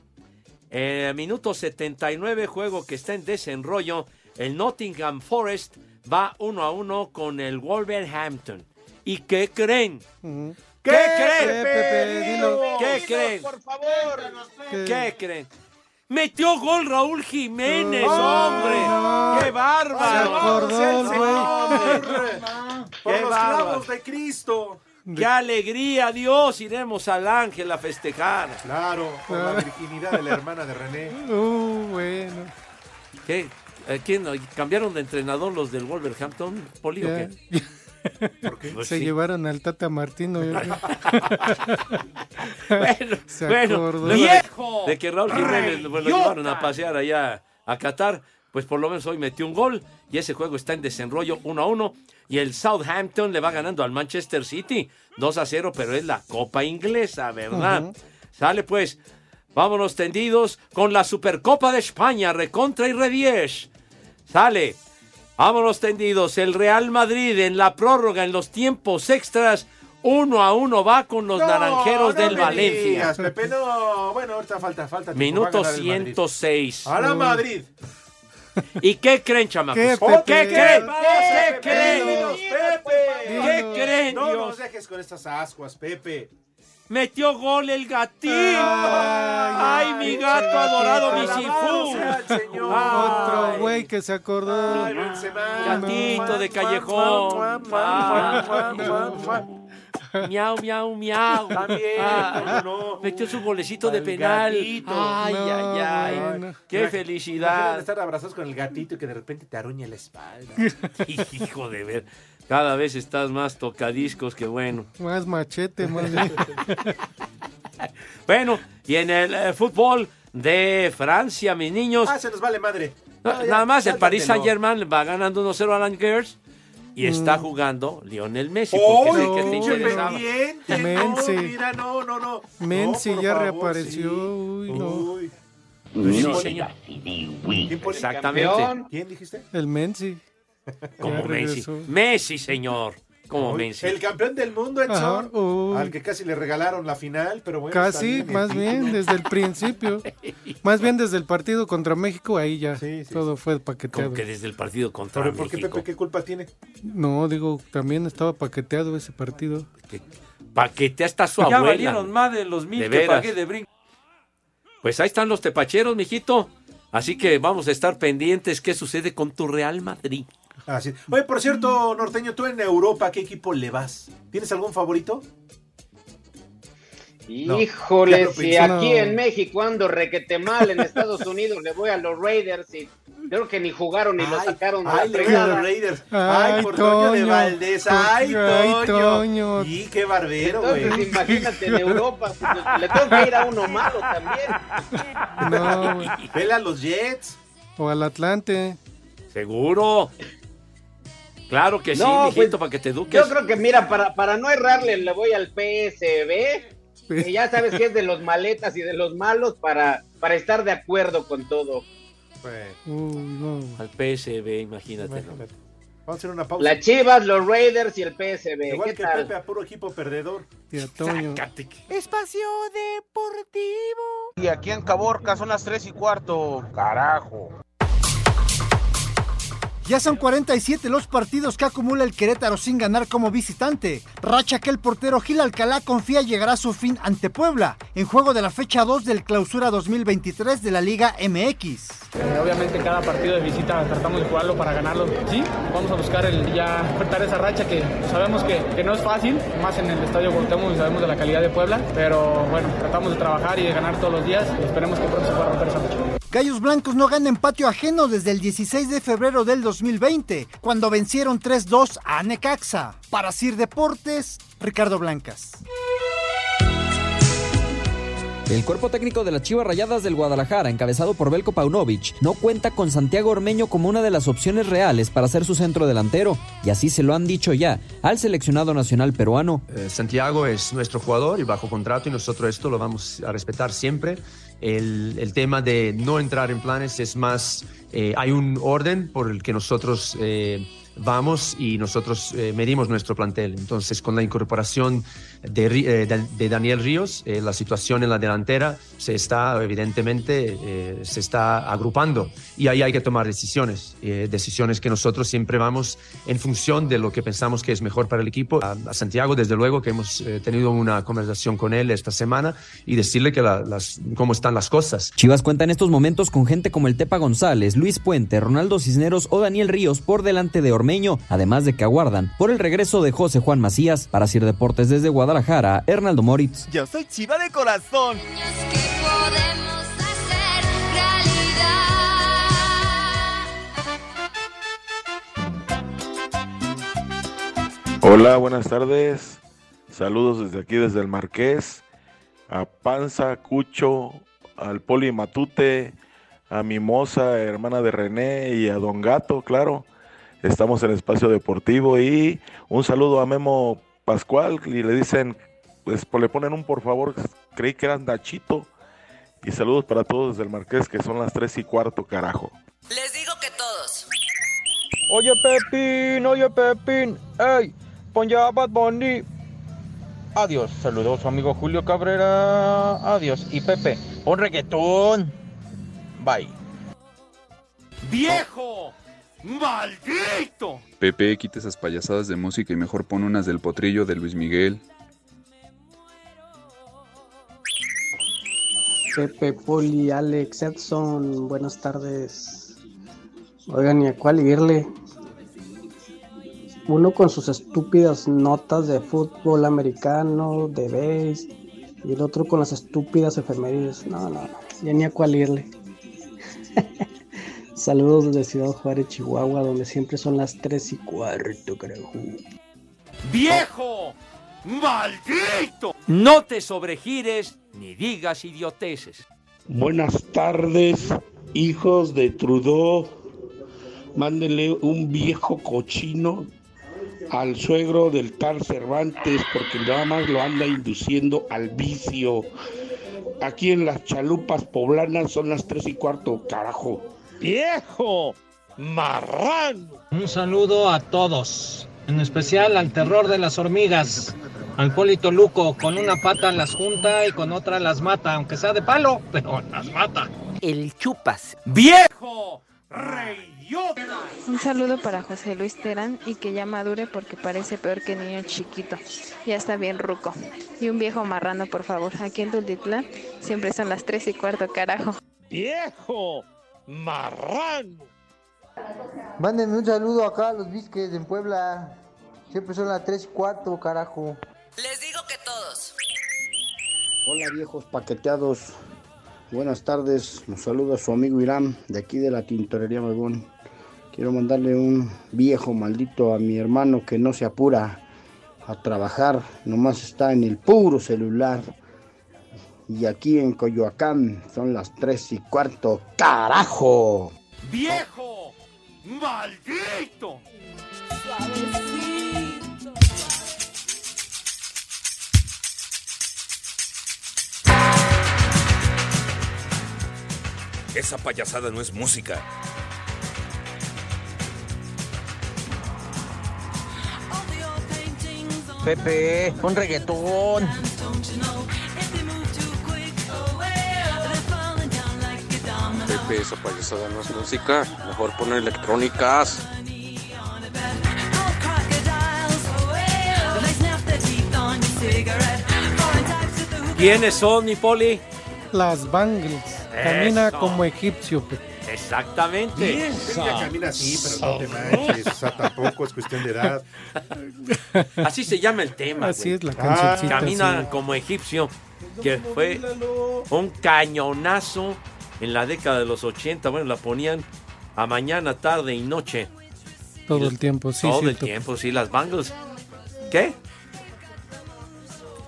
Speaker 4: eh, minuto 79, juego que está en desenrollo. El Nottingham Forest va uno a uno con el Wolverhampton. ¿Y qué creen? ¿Qué, creen? ¿Qué creen? ¿Qué creen? Metió gol Raúl Jiménez, hombre. ¡Qué bárbaro!
Speaker 9: Por
Speaker 4: ¡Qué
Speaker 9: los
Speaker 4: bárbaro!
Speaker 9: clavos de Cristo.
Speaker 4: ¡Qué alegría, Dios! Iremos al ángel a festejar. Ah.
Speaker 9: Claro, por la virginidad de la hermana de René.
Speaker 7: Ah. Uh, bueno.
Speaker 4: ¿Qué? Eh, ¿Quién? ¿Cambiaron de entrenador los del Wolverhampton, Poli, o
Speaker 7: Ya.
Speaker 4: qué? Pues
Speaker 7: Se
Speaker 4: sí.
Speaker 7: llevaron al Tata Martino. yo creo.
Speaker 4: bueno,
Speaker 7: Se acordó.
Speaker 4: bueno, viejo. De, que Raúl Jiménez lo- lo llevaron a pasear allá a Qatar, pues por lo menos hoy metió un gol y ese juego está en desenrollo 1 a 1 y el Southampton le va ganando al Manchester City 2 a 0, pero es la Copa Inglesa, ¿verdad?
Speaker 7: Ujú.
Speaker 4: Sale pues, vámonos tendidos con la Supercopa de España, recontra y redies. Sale. Vámonos tendidos. El Real Madrid en la prórroga, en los tiempos extras, uno a uno va con los
Speaker 9: No,
Speaker 4: naranjeros
Speaker 9: no
Speaker 4: del
Speaker 9: me
Speaker 4: Valencia.
Speaker 9: digas, Pepe, no. Bueno, ahorita falta, falta. tiempo. Va
Speaker 4: Minuto Mm.
Speaker 9: a ganar el Madrid.
Speaker 4: 106.
Speaker 9: A la Madrid.
Speaker 4: ¿Y qué creen, chamacos?
Speaker 9: ¿Qué,
Speaker 4: ¿Qué,
Speaker 9: Pepe?
Speaker 4: creen?
Speaker 9: ¿Qué
Speaker 4: ¿Qué creen?
Speaker 9: Pepe?
Speaker 4: ¿Qué creen,
Speaker 9: No
Speaker 4: Dios?
Speaker 9: nos dejes con estas ascuas, Pepe.
Speaker 4: Metió gol el gatito. Ay, mi gato adorado, mi sifú. Ay,
Speaker 7: Otro güey que se acordó. Ah,
Speaker 4: Gatito de callejón. Ay. Miau, miau, miau.
Speaker 9: También,
Speaker 4: Ah,
Speaker 9: no.
Speaker 4: Metió su golecito de penal. Ah, Ay, ay, ay. Qué
Speaker 9: Imag- imagínate
Speaker 4: felicidad.
Speaker 9: estar abrazados con el gatito que de repente te aruña la espalda.
Speaker 4: Hijo de ver. Cada vez estás más tocadiscos que bueno.
Speaker 7: Más machete, más bien.
Speaker 4: Bueno, y en el eh, fútbol de Francia, mis niños.
Speaker 9: Ah, se nos vale madre.
Speaker 4: na-
Speaker 9: Ah, ya,
Speaker 4: nada más el
Speaker 9: cárgatelo.
Speaker 4: Paris Saint Germain va ganando 1-0 a Langers y está
Speaker 9: Mm.
Speaker 4: jugando Lionel Messi.
Speaker 9: ¡Oh,
Speaker 4: Porque sé que te
Speaker 9: pinche
Speaker 4: interesaba.
Speaker 9: pendiente!
Speaker 7: Mense.
Speaker 9: No, mira, no, no, no.
Speaker 7: Mensi
Speaker 9: No, por
Speaker 7: ya
Speaker 9: favor,
Speaker 7: reapareció.
Speaker 9: sí.
Speaker 7: Uy, no.
Speaker 9: Uy. Pues
Speaker 4: Sí,
Speaker 7: No,
Speaker 4: señor.
Speaker 9: ¿Quién pone
Speaker 4: Exactamente.
Speaker 9: campeón? ¿Quién dijiste?
Speaker 7: El Mensi.
Speaker 4: Como
Speaker 7: Ya
Speaker 4: Messi.
Speaker 7: regresó.
Speaker 4: Messi, señor. Como
Speaker 9: Uy,
Speaker 4: Messi.
Speaker 9: El campeón del mundo, Edson.
Speaker 7: Ajá, uy.
Speaker 9: Al que casi le regalaron la final, pero bueno.
Speaker 7: Casi,
Speaker 9: está bien,
Speaker 7: más
Speaker 9: el
Speaker 7: bien,
Speaker 9: título.
Speaker 7: desde el principio. Más bien desde el partido contra México, ahí ya todo fue paqueteado.
Speaker 4: Como que desde el partido contra
Speaker 9: Pero ¿por qué
Speaker 4: México.
Speaker 9: Pepe qué culpa tiene?
Speaker 7: No, digo, también estaba paqueteado ese partido.
Speaker 4: Paquete hasta su
Speaker 7: Ya
Speaker 4: abuela.
Speaker 7: valieron
Speaker 4: más de los
Speaker 7: mil que
Speaker 4: veras.
Speaker 7: pagué de
Speaker 4: Pues ahí están los tepacheros, mijito. Así que vamos a estar pendientes qué sucede con tu Real Madrid.
Speaker 9: Así. Oye, por cierto, Norteño, tú en Europa, ¿qué equipo le vas? ¿Tienes algún favorito? No. Ya
Speaker 8: Híjole,
Speaker 9: lo
Speaker 8: si
Speaker 9: pensé.
Speaker 8: aquí
Speaker 9: No.
Speaker 8: en México ando requete mal, en Estados Unidos le voy a los Raiders y creo que ni jugaron ni lo sacaron de
Speaker 9: Ay,
Speaker 8: la
Speaker 9: le voy a
Speaker 8: fregada.
Speaker 9: los Raiders. Ay,
Speaker 7: Ay,
Speaker 9: por Toño de
Speaker 7: Toño.
Speaker 9: Valdés. Ay,
Speaker 7: Ay,
Speaker 9: Toño.
Speaker 7: Toño.
Speaker 9: Y qué barbero,
Speaker 8: Entonces,
Speaker 9: güey.
Speaker 8: imagínate en Europa, pues, le tengo que ir a uno malo también.
Speaker 7: No,
Speaker 9: Ah.
Speaker 7: güey.
Speaker 9: Vela a los Jets.
Speaker 7: O al Atlante.
Speaker 4: Seguro. Claro que sí,
Speaker 8: No,
Speaker 4: mijito,
Speaker 8: pues,
Speaker 4: para que te eduques.
Speaker 8: Yo creo que, mira, para, para no errarle, le voy al PSB. Que ya sabes que es de los maletas y de los malos para, para estar de acuerdo con todo.
Speaker 4: Al PSB, imagínate. ¿no?
Speaker 9: Vamos a hacer una pausa.
Speaker 8: Las Chivas, los Raiders y el PSB.
Speaker 9: Igual
Speaker 8: ¿Qué
Speaker 9: que
Speaker 8: tal?
Speaker 9: Pepe, a puro equipo perdedor.
Speaker 7: Tía Toño.
Speaker 3: Espacio Deportivo.
Speaker 22: Y aquí en Caborca son las 3 y cuarto. Carajo.
Speaker 23: Ya son 47 los partidos que acumula el Querétaro sin ganar como visitante. Racha que el portero Gil Alcalá confía llegará a su fin ante Puebla, en juego de la fecha 2 del clausura 2023 de la Liga MX.
Speaker 24: Eh, Obviamente cada partido de visita tratamos de jugarlo para ganarlo. Sí, vamos a buscar el ya apretar esa racha que sabemos que, que no es fácil, más en el Estadio Cuauhtémoc y sabemos de la calidad de Puebla, pero bueno, tratamos de trabajar y de ganar todos los días y esperemos que pronto se pueda romper esa racha.
Speaker 23: Gallos Blancos no gana en patio ajeno desde el 16 de febrero del 2020, cuando vencieron 3-2 a Necaxa. Para Sir Deportes, Ricardo Blancas.
Speaker 2: El cuerpo técnico de las Chivas Rayadas del Guadalajara, encabezado por Belko Paunovic, no cuenta con Santiago Ormeño como una de las opciones reales para ser su centro delantero, y así se lo han dicho ya al seleccionado nacional peruano.
Speaker 25: Eh, Santiago es nuestro jugador y bajo contrato y nosotros esto lo vamos a respetar siempre. El, el tema de no entrar en planes es más, eh, hay un orden por el que nosotros eh, vamos y nosotros eh, medimos nuestro plantel. Entonces, con la incorporación de, Ri- eh, de- de Daniel Ríos, eh, la situación en la delantera se está, evidentemente, eh, se está agrupando y ahí hay que tomar decisiones, eh, decisiones que nosotros siempre vamos en función de lo que pensamos que es mejor para el equipo. A, a Santiago, desde luego, que hemos eh, tenido una conversación con él esta semana y decirle que la- las, cómo están las cosas.
Speaker 2: Chivas cuenta en estos momentos con gente como el Tepa González, Luis Puente, Ronaldo Cisneros o Daniel Ríos por delante de Ormeño, además de que aguardan por el regreso de José Juan Macías. Para Sir Deportes desde Guadalajara, Hernaldo Moritz.
Speaker 6: Yo soy chiva de corazón.
Speaker 10: Hola, buenas tardes. Saludos desde aquí, desde el Marqués. A Panza, Cucho, al Poli Matute, a Mimosa, hermana de René, y a Don Gato, claro. Estamos en Espacio Deportivo y un saludo a Memo Pascual y le dicen, pues pues, le ponen un por favor, creí que eran Nachito. Y saludos para todos desde el Marqués, que son las tres y cuarto, carajo.
Speaker 11: Les digo que todos.
Speaker 12: Oye Pepín, oye Pepín, ey, pon ya a Bad Bunny. Adiós, saludos su amigo Julio Cabrera, adiós. Y Pepe, un reggaetón. Bye.
Speaker 4: ¡Viejo! ¡Maldito!
Speaker 13: Pepe, quita esas payasadas de música y mejor pon unas del potrillo de Luis Miguel.
Speaker 5: Pepe, Poli, Alex, Edson, buenas tardes. Oigan, ¿y a cuál irle? Uno con sus estúpidas notas de fútbol americano, de base, y el otro con las estúpidas efemérides. No, no, no, ya ni a cuál irle. Saludos desde Ciudad Juárez, Chihuahua, donde siempre son las 3 y cuarto, carajo.
Speaker 4: ¡Viejo! ¡Maldito! No te sobregires ni digas idioteces.
Speaker 26: Buenas tardes, hijos de Trudeau. Mándenle un viejo cochino al suegro del tal Cervantes porque nada más lo anda induciendo al vicio. Aquí en las chalupas poblanas son las tres y cuarto, carajo. ¡Viejo! ¡Marrán!
Speaker 27: Un saludo a todos, en especial al terror de las hormigas, al Polito Luco, con una pata las junta y con otra las mata, aunque sea de palo, pero las mata. El chupas.
Speaker 4: ¡Viejo!
Speaker 28: Un saludo para José Luis Terán y que ya madure porque parece peor que niño chiquito. Ya está bien ruco. Y un viejo marrano, por favor. Aquí en Tultitlán siempre son las tres y cuarto, carajo.
Speaker 26: ¡Viejo! ¡Marrán!
Speaker 29: Mándenme un saludo acá a los bisques en Puebla. Siempre son las 3 y 4, carajo.
Speaker 11: Les digo que todos.
Speaker 30: Hola viejos paqueteados, buenas tardes, nos saluda su amigo Irán de aquí de la Tintorería Magón. Quiero mandarle un viejo maldito a mi hermano que no se apura a trabajar, nomás está en el puro celular. Y aquí en Coyoacán son las 3 y cuarto, carajo.
Speaker 4: ¡Viejo! ¡Maldito!
Speaker 31: Esa payasada no es música.
Speaker 27: Pepe, un reggaetón.
Speaker 32: Pepe, esa payasada no es música. Mejor poner electrónicas.
Speaker 4: ¿Quiénes son, mi Poli?
Speaker 7: Las Bangles. Camina
Speaker 4: Eso.
Speaker 7: como egipcio. Pepe.
Speaker 4: Exactamente.
Speaker 7: Vieja.
Speaker 9: Ella camina así, pero
Speaker 4: Oh.
Speaker 9: no te manches. O sea, tampoco es cuestión de edad.
Speaker 4: Así se llama el tema.
Speaker 7: Así
Speaker 4: güey.
Speaker 7: es la cancioncita,
Speaker 4: Camina
Speaker 7: sí.
Speaker 4: como egipcio, que fue un cañonazo en la década de los 80. Bueno, la ponían a mañana, tarde y noche.
Speaker 7: Todo el tiempo, sí,
Speaker 4: Todo
Speaker 7: sí.
Speaker 4: el tiempo, sí, las bangles. ¿Qué?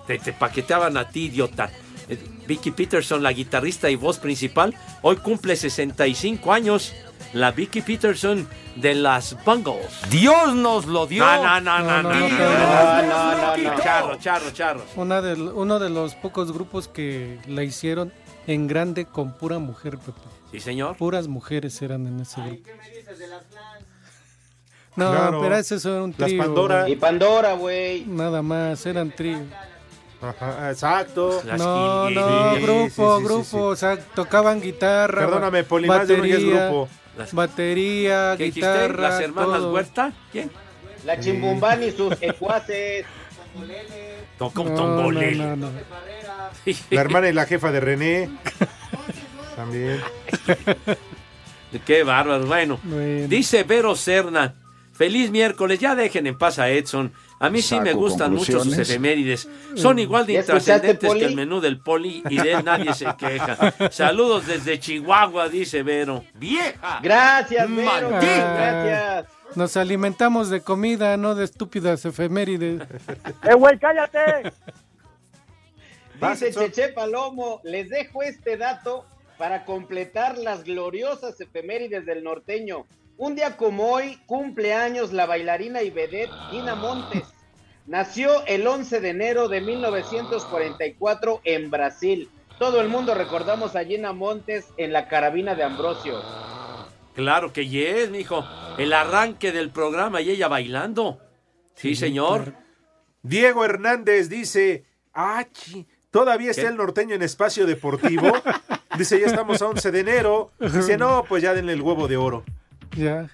Speaker 4: Te, te paqueteaban a ti, idiota. Eh, Vicky Peterson, la guitarrista y voz principal, hoy cumple 65 años. La Vicky Peterson de las Bungles. Dios nos lo dio. No, no, no, no, no, no,
Speaker 7: Dios
Speaker 4: no,
Speaker 7: nos
Speaker 4: no,
Speaker 7: lo
Speaker 4: no,
Speaker 7: quitó.
Speaker 4: no. Charro, charro, charro.
Speaker 7: Una de, uno de los pocos grupos que la hicieron en grande con pura mujer, Pepe.
Speaker 4: Sí, señor.
Speaker 7: Puras mujeres eran en ese grupo. No,
Speaker 9: Claro.
Speaker 7: pero ese era un
Speaker 9: Las
Speaker 7: trío.
Speaker 9: Pandora. Y
Speaker 7: Pandora, güey. Nada más, eran trío.
Speaker 9: Ajá, ah, exacto.
Speaker 7: No, no, grupo, grupo. O sea, tocaban guitarra.
Speaker 9: Perdóname, Poli, más de uno ya
Speaker 7: batería,
Speaker 9: es grupo.
Speaker 7: Las- batería,
Speaker 4: ¿Qué dijiste?
Speaker 7: guitarra.
Speaker 4: ¿Las hermanas
Speaker 7: todo.
Speaker 4: Huerta? ¿Quién?
Speaker 8: La Chimbumbán y sus secuaces.
Speaker 4: Toca un
Speaker 9: No,
Speaker 4: tongolele.
Speaker 9: no, no, no. La hermana y la jefa de René. También.
Speaker 4: Qué bárbaro. Bueno,
Speaker 9: Bueno.
Speaker 4: dice Vero Serna. Feliz miércoles, ya dejen en paz a Edson. A mí sí
Speaker 26: Saco
Speaker 4: me gustan mucho sus
Speaker 26: conclusiones.
Speaker 4: efemérides. Son igual de
Speaker 26: ¿Ya escuchaste,
Speaker 4: intrascendentes que
Speaker 26: Poli?
Speaker 4: el menú del poli y de él nadie se queja. Saludos desde Chihuahua, dice Vero. ¡Vieja!
Speaker 8: Gracias, Vero.
Speaker 4: ¡Maldita!
Speaker 8: Gracias.
Speaker 7: Nos alimentamos de comida, no de estúpidas efemérides.
Speaker 8: ¡Eh, güey, cállate!
Speaker 7: Vas,
Speaker 8: Dice
Speaker 7: Edson.
Speaker 8: Cheche Palomo, les dejo este dato para completar las gloriosas efemérides del norteño. Un día como hoy, cumpleaños la bailarina y vedette Gina Montes. Nació el 11 de enero de 1944 en Brasil. Todo el mundo recordamos a Gina Montes en la carabina de Ambrosio.
Speaker 4: Claro que yes, mijo. El arranque del programa y ella bailando. Sí, señor.
Speaker 9: Diego Hernández dice, ah, chi, todavía está
Speaker 4: ¿Qué?
Speaker 9: el norteño en espacio deportivo. dice, ya estamos a 11 de enero. Dice, no, pues ya denle el huevo de oro.
Speaker 7: Ya.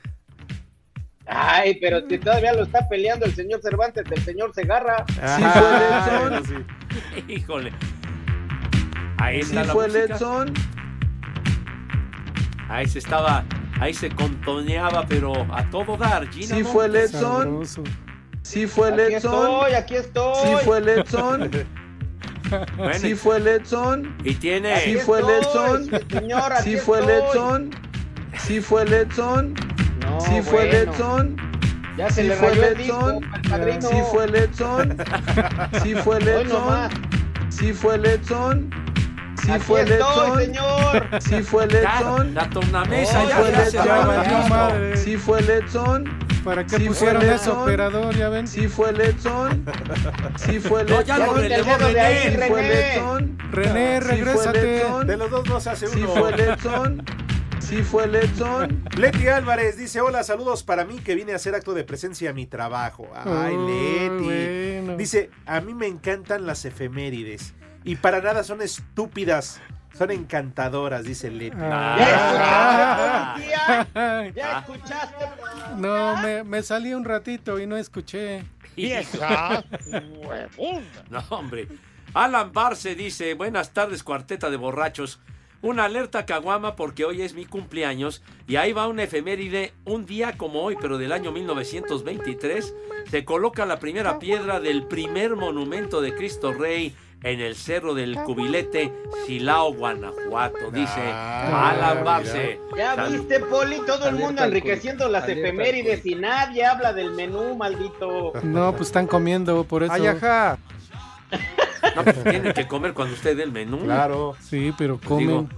Speaker 8: Ay, pero si todavía lo está peleando el señor Cervantes, el señor Segarra.
Speaker 4: Ah, Híjole. Ahí
Speaker 8: Sí
Speaker 4: está la
Speaker 8: fue
Speaker 4: música.
Speaker 8: Edson.
Speaker 4: Ahí se estaba, ahí se contoneaba, pero a todo dar. Gina
Speaker 8: Sí fue
Speaker 4: Montes.
Speaker 8: Edson.
Speaker 33: Sí fue el
Speaker 8: Aquí
Speaker 33: Edson.
Speaker 8: estoy, aquí estoy.
Speaker 33: Sí fue el Edson.
Speaker 4: Bueno,
Speaker 33: Sí
Speaker 4: y-
Speaker 33: fue el Edson.
Speaker 4: Y tiene.
Speaker 33: Sí fue el Edson.
Speaker 8: señor, aquí
Speaker 33: Sí fue el
Speaker 8: estoy.
Speaker 33: Edson. Sí fue el Edson. Sí fue el
Speaker 8: bueno.
Speaker 33: Edson.
Speaker 8: Ya se
Speaker 33: Sí
Speaker 8: le
Speaker 33: fue
Speaker 8: rayó
Speaker 33: el
Speaker 8: el disco
Speaker 33: Edson.
Speaker 8: al padrino.
Speaker 33: Sí fue el Edson. Sí fue el
Speaker 8: Hoy
Speaker 33: Edson.
Speaker 8: nomás.
Speaker 33: Sí fue el Edson. Sí
Speaker 8: Aquí
Speaker 33: fue el
Speaker 8: estoy,
Speaker 33: Edson.
Speaker 8: señor.
Speaker 33: Sí fue el
Speaker 8: Ya,
Speaker 33: Edson.
Speaker 4: La tornamesa
Speaker 33: Sí
Speaker 4: ya,
Speaker 33: fue el
Speaker 4: ya se
Speaker 33: Edson.
Speaker 4: va, ya.
Speaker 33: Sí fue el Edson.
Speaker 7: ¿Para
Speaker 33: qué
Speaker 7: pusieron ese operador,
Speaker 33: ya ven? Sí fue el Edson. Sí fue el
Speaker 7: No,
Speaker 33: Edson.
Speaker 7: ya lo relevó René.
Speaker 33: Sí fue el
Speaker 7: René.
Speaker 33: Edson.
Speaker 7: René,
Speaker 33: Sí fue el
Speaker 7: regrésate.
Speaker 33: Edson.
Speaker 9: De los dos no se hace
Speaker 33: Sí
Speaker 9: uno.
Speaker 33: fue el Edson. Sí fue el Edson.
Speaker 9: Leti Álvarez dice, hola, saludos para mí que vine a hacer acto de presencia a mi trabajo.
Speaker 33: Ah,
Speaker 9: Ay,
Speaker 7: Uy,
Speaker 9: Leti.
Speaker 7: bueno.
Speaker 9: Dice, a mí me encantan las efemérides. Y para nada son estúpidas. Son encantadoras, dice Leti.
Speaker 7: Ah.
Speaker 8: Ya, ya escuchaste.
Speaker 7: No, me, me salí un ratito y no escuché.
Speaker 4: Vieja No, hombre. Alan Barce dice, buenas tardes, cuarteta de borrachos. Una alerta caguama porque hoy es mi cumpleaños y ahí va una efeméride, un día como hoy, pero del año 1923, se coloca la primera piedra del primer monumento de Cristo Rey en el Cerro del Cubilete, Silao, Guanajuato, dice
Speaker 8: Ah,
Speaker 4: Alan
Speaker 8: mira.
Speaker 4: Barce.
Speaker 8: Ya
Speaker 4: Salud.
Speaker 8: viste, Poli, todo el
Speaker 4: Alerta
Speaker 8: mundo enriqueciendo las
Speaker 4: alcohólica. Alerta
Speaker 8: efemérides y nadie habla del menú, maldito.
Speaker 7: No, pues están comiendo, por eso.
Speaker 8: Ay, ajá.
Speaker 4: No, pues, tiene que comer cuando usted dé el menú.
Speaker 7: Sí, pero
Speaker 4: Pues digo,
Speaker 7: comen.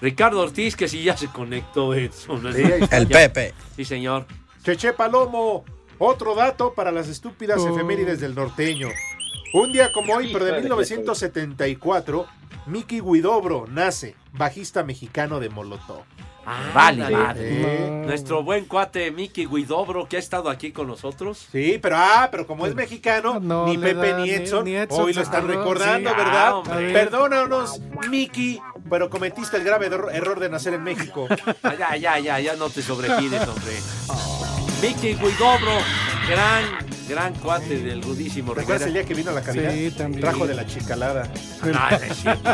Speaker 4: Ricardo Ortiz, que sí ya se conectó Edson. ¿no?
Speaker 9: Sí, ahí está. El
Speaker 4: Ya.
Speaker 9: Pepe.
Speaker 4: Sí, señor.
Speaker 9: Cheche Palomo, otro dato para las estúpidas
Speaker 4: Oh.
Speaker 9: efemérides del norteño. Un día como hoy, pero de 1974, Mickey Guidobro nace, bajista mexicano de Molotov. Ah,
Speaker 4: Ah, vale,
Speaker 9: Sí.
Speaker 4: madre.
Speaker 9: Sí.
Speaker 4: Nuestro buen cuate Mickey Guidobro, que ha estado aquí con nosotros.
Speaker 9: Sí, pero ah, pero como es mexicano, ni
Speaker 4: le
Speaker 9: Pepe
Speaker 4: da,
Speaker 9: ni
Speaker 4: ni-
Speaker 9: Edson,
Speaker 4: ni Edson
Speaker 9: hoy lo
Speaker 4: se
Speaker 9: están
Speaker 4: acordó,
Speaker 9: recordando,
Speaker 4: sí. Ah,
Speaker 9: ¿verdad?
Speaker 4: hombre.
Speaker 9: Perdónanos, Mickey, pero cometiste el grave error- error de nacer en México.
Speaker 4: Ah, Ya, ya, ya, ya no te sobregires, hombre. Mickey Guidobro, gran, gran cuate del rudísimo Rivera.
Speaker 9: ¿Recuerdas el día que vino a la cabina?
Speaker 4: Sí, también.
Speaker 9: Trajo de la chicalada.
Speaker 4: Ah, no es cierto.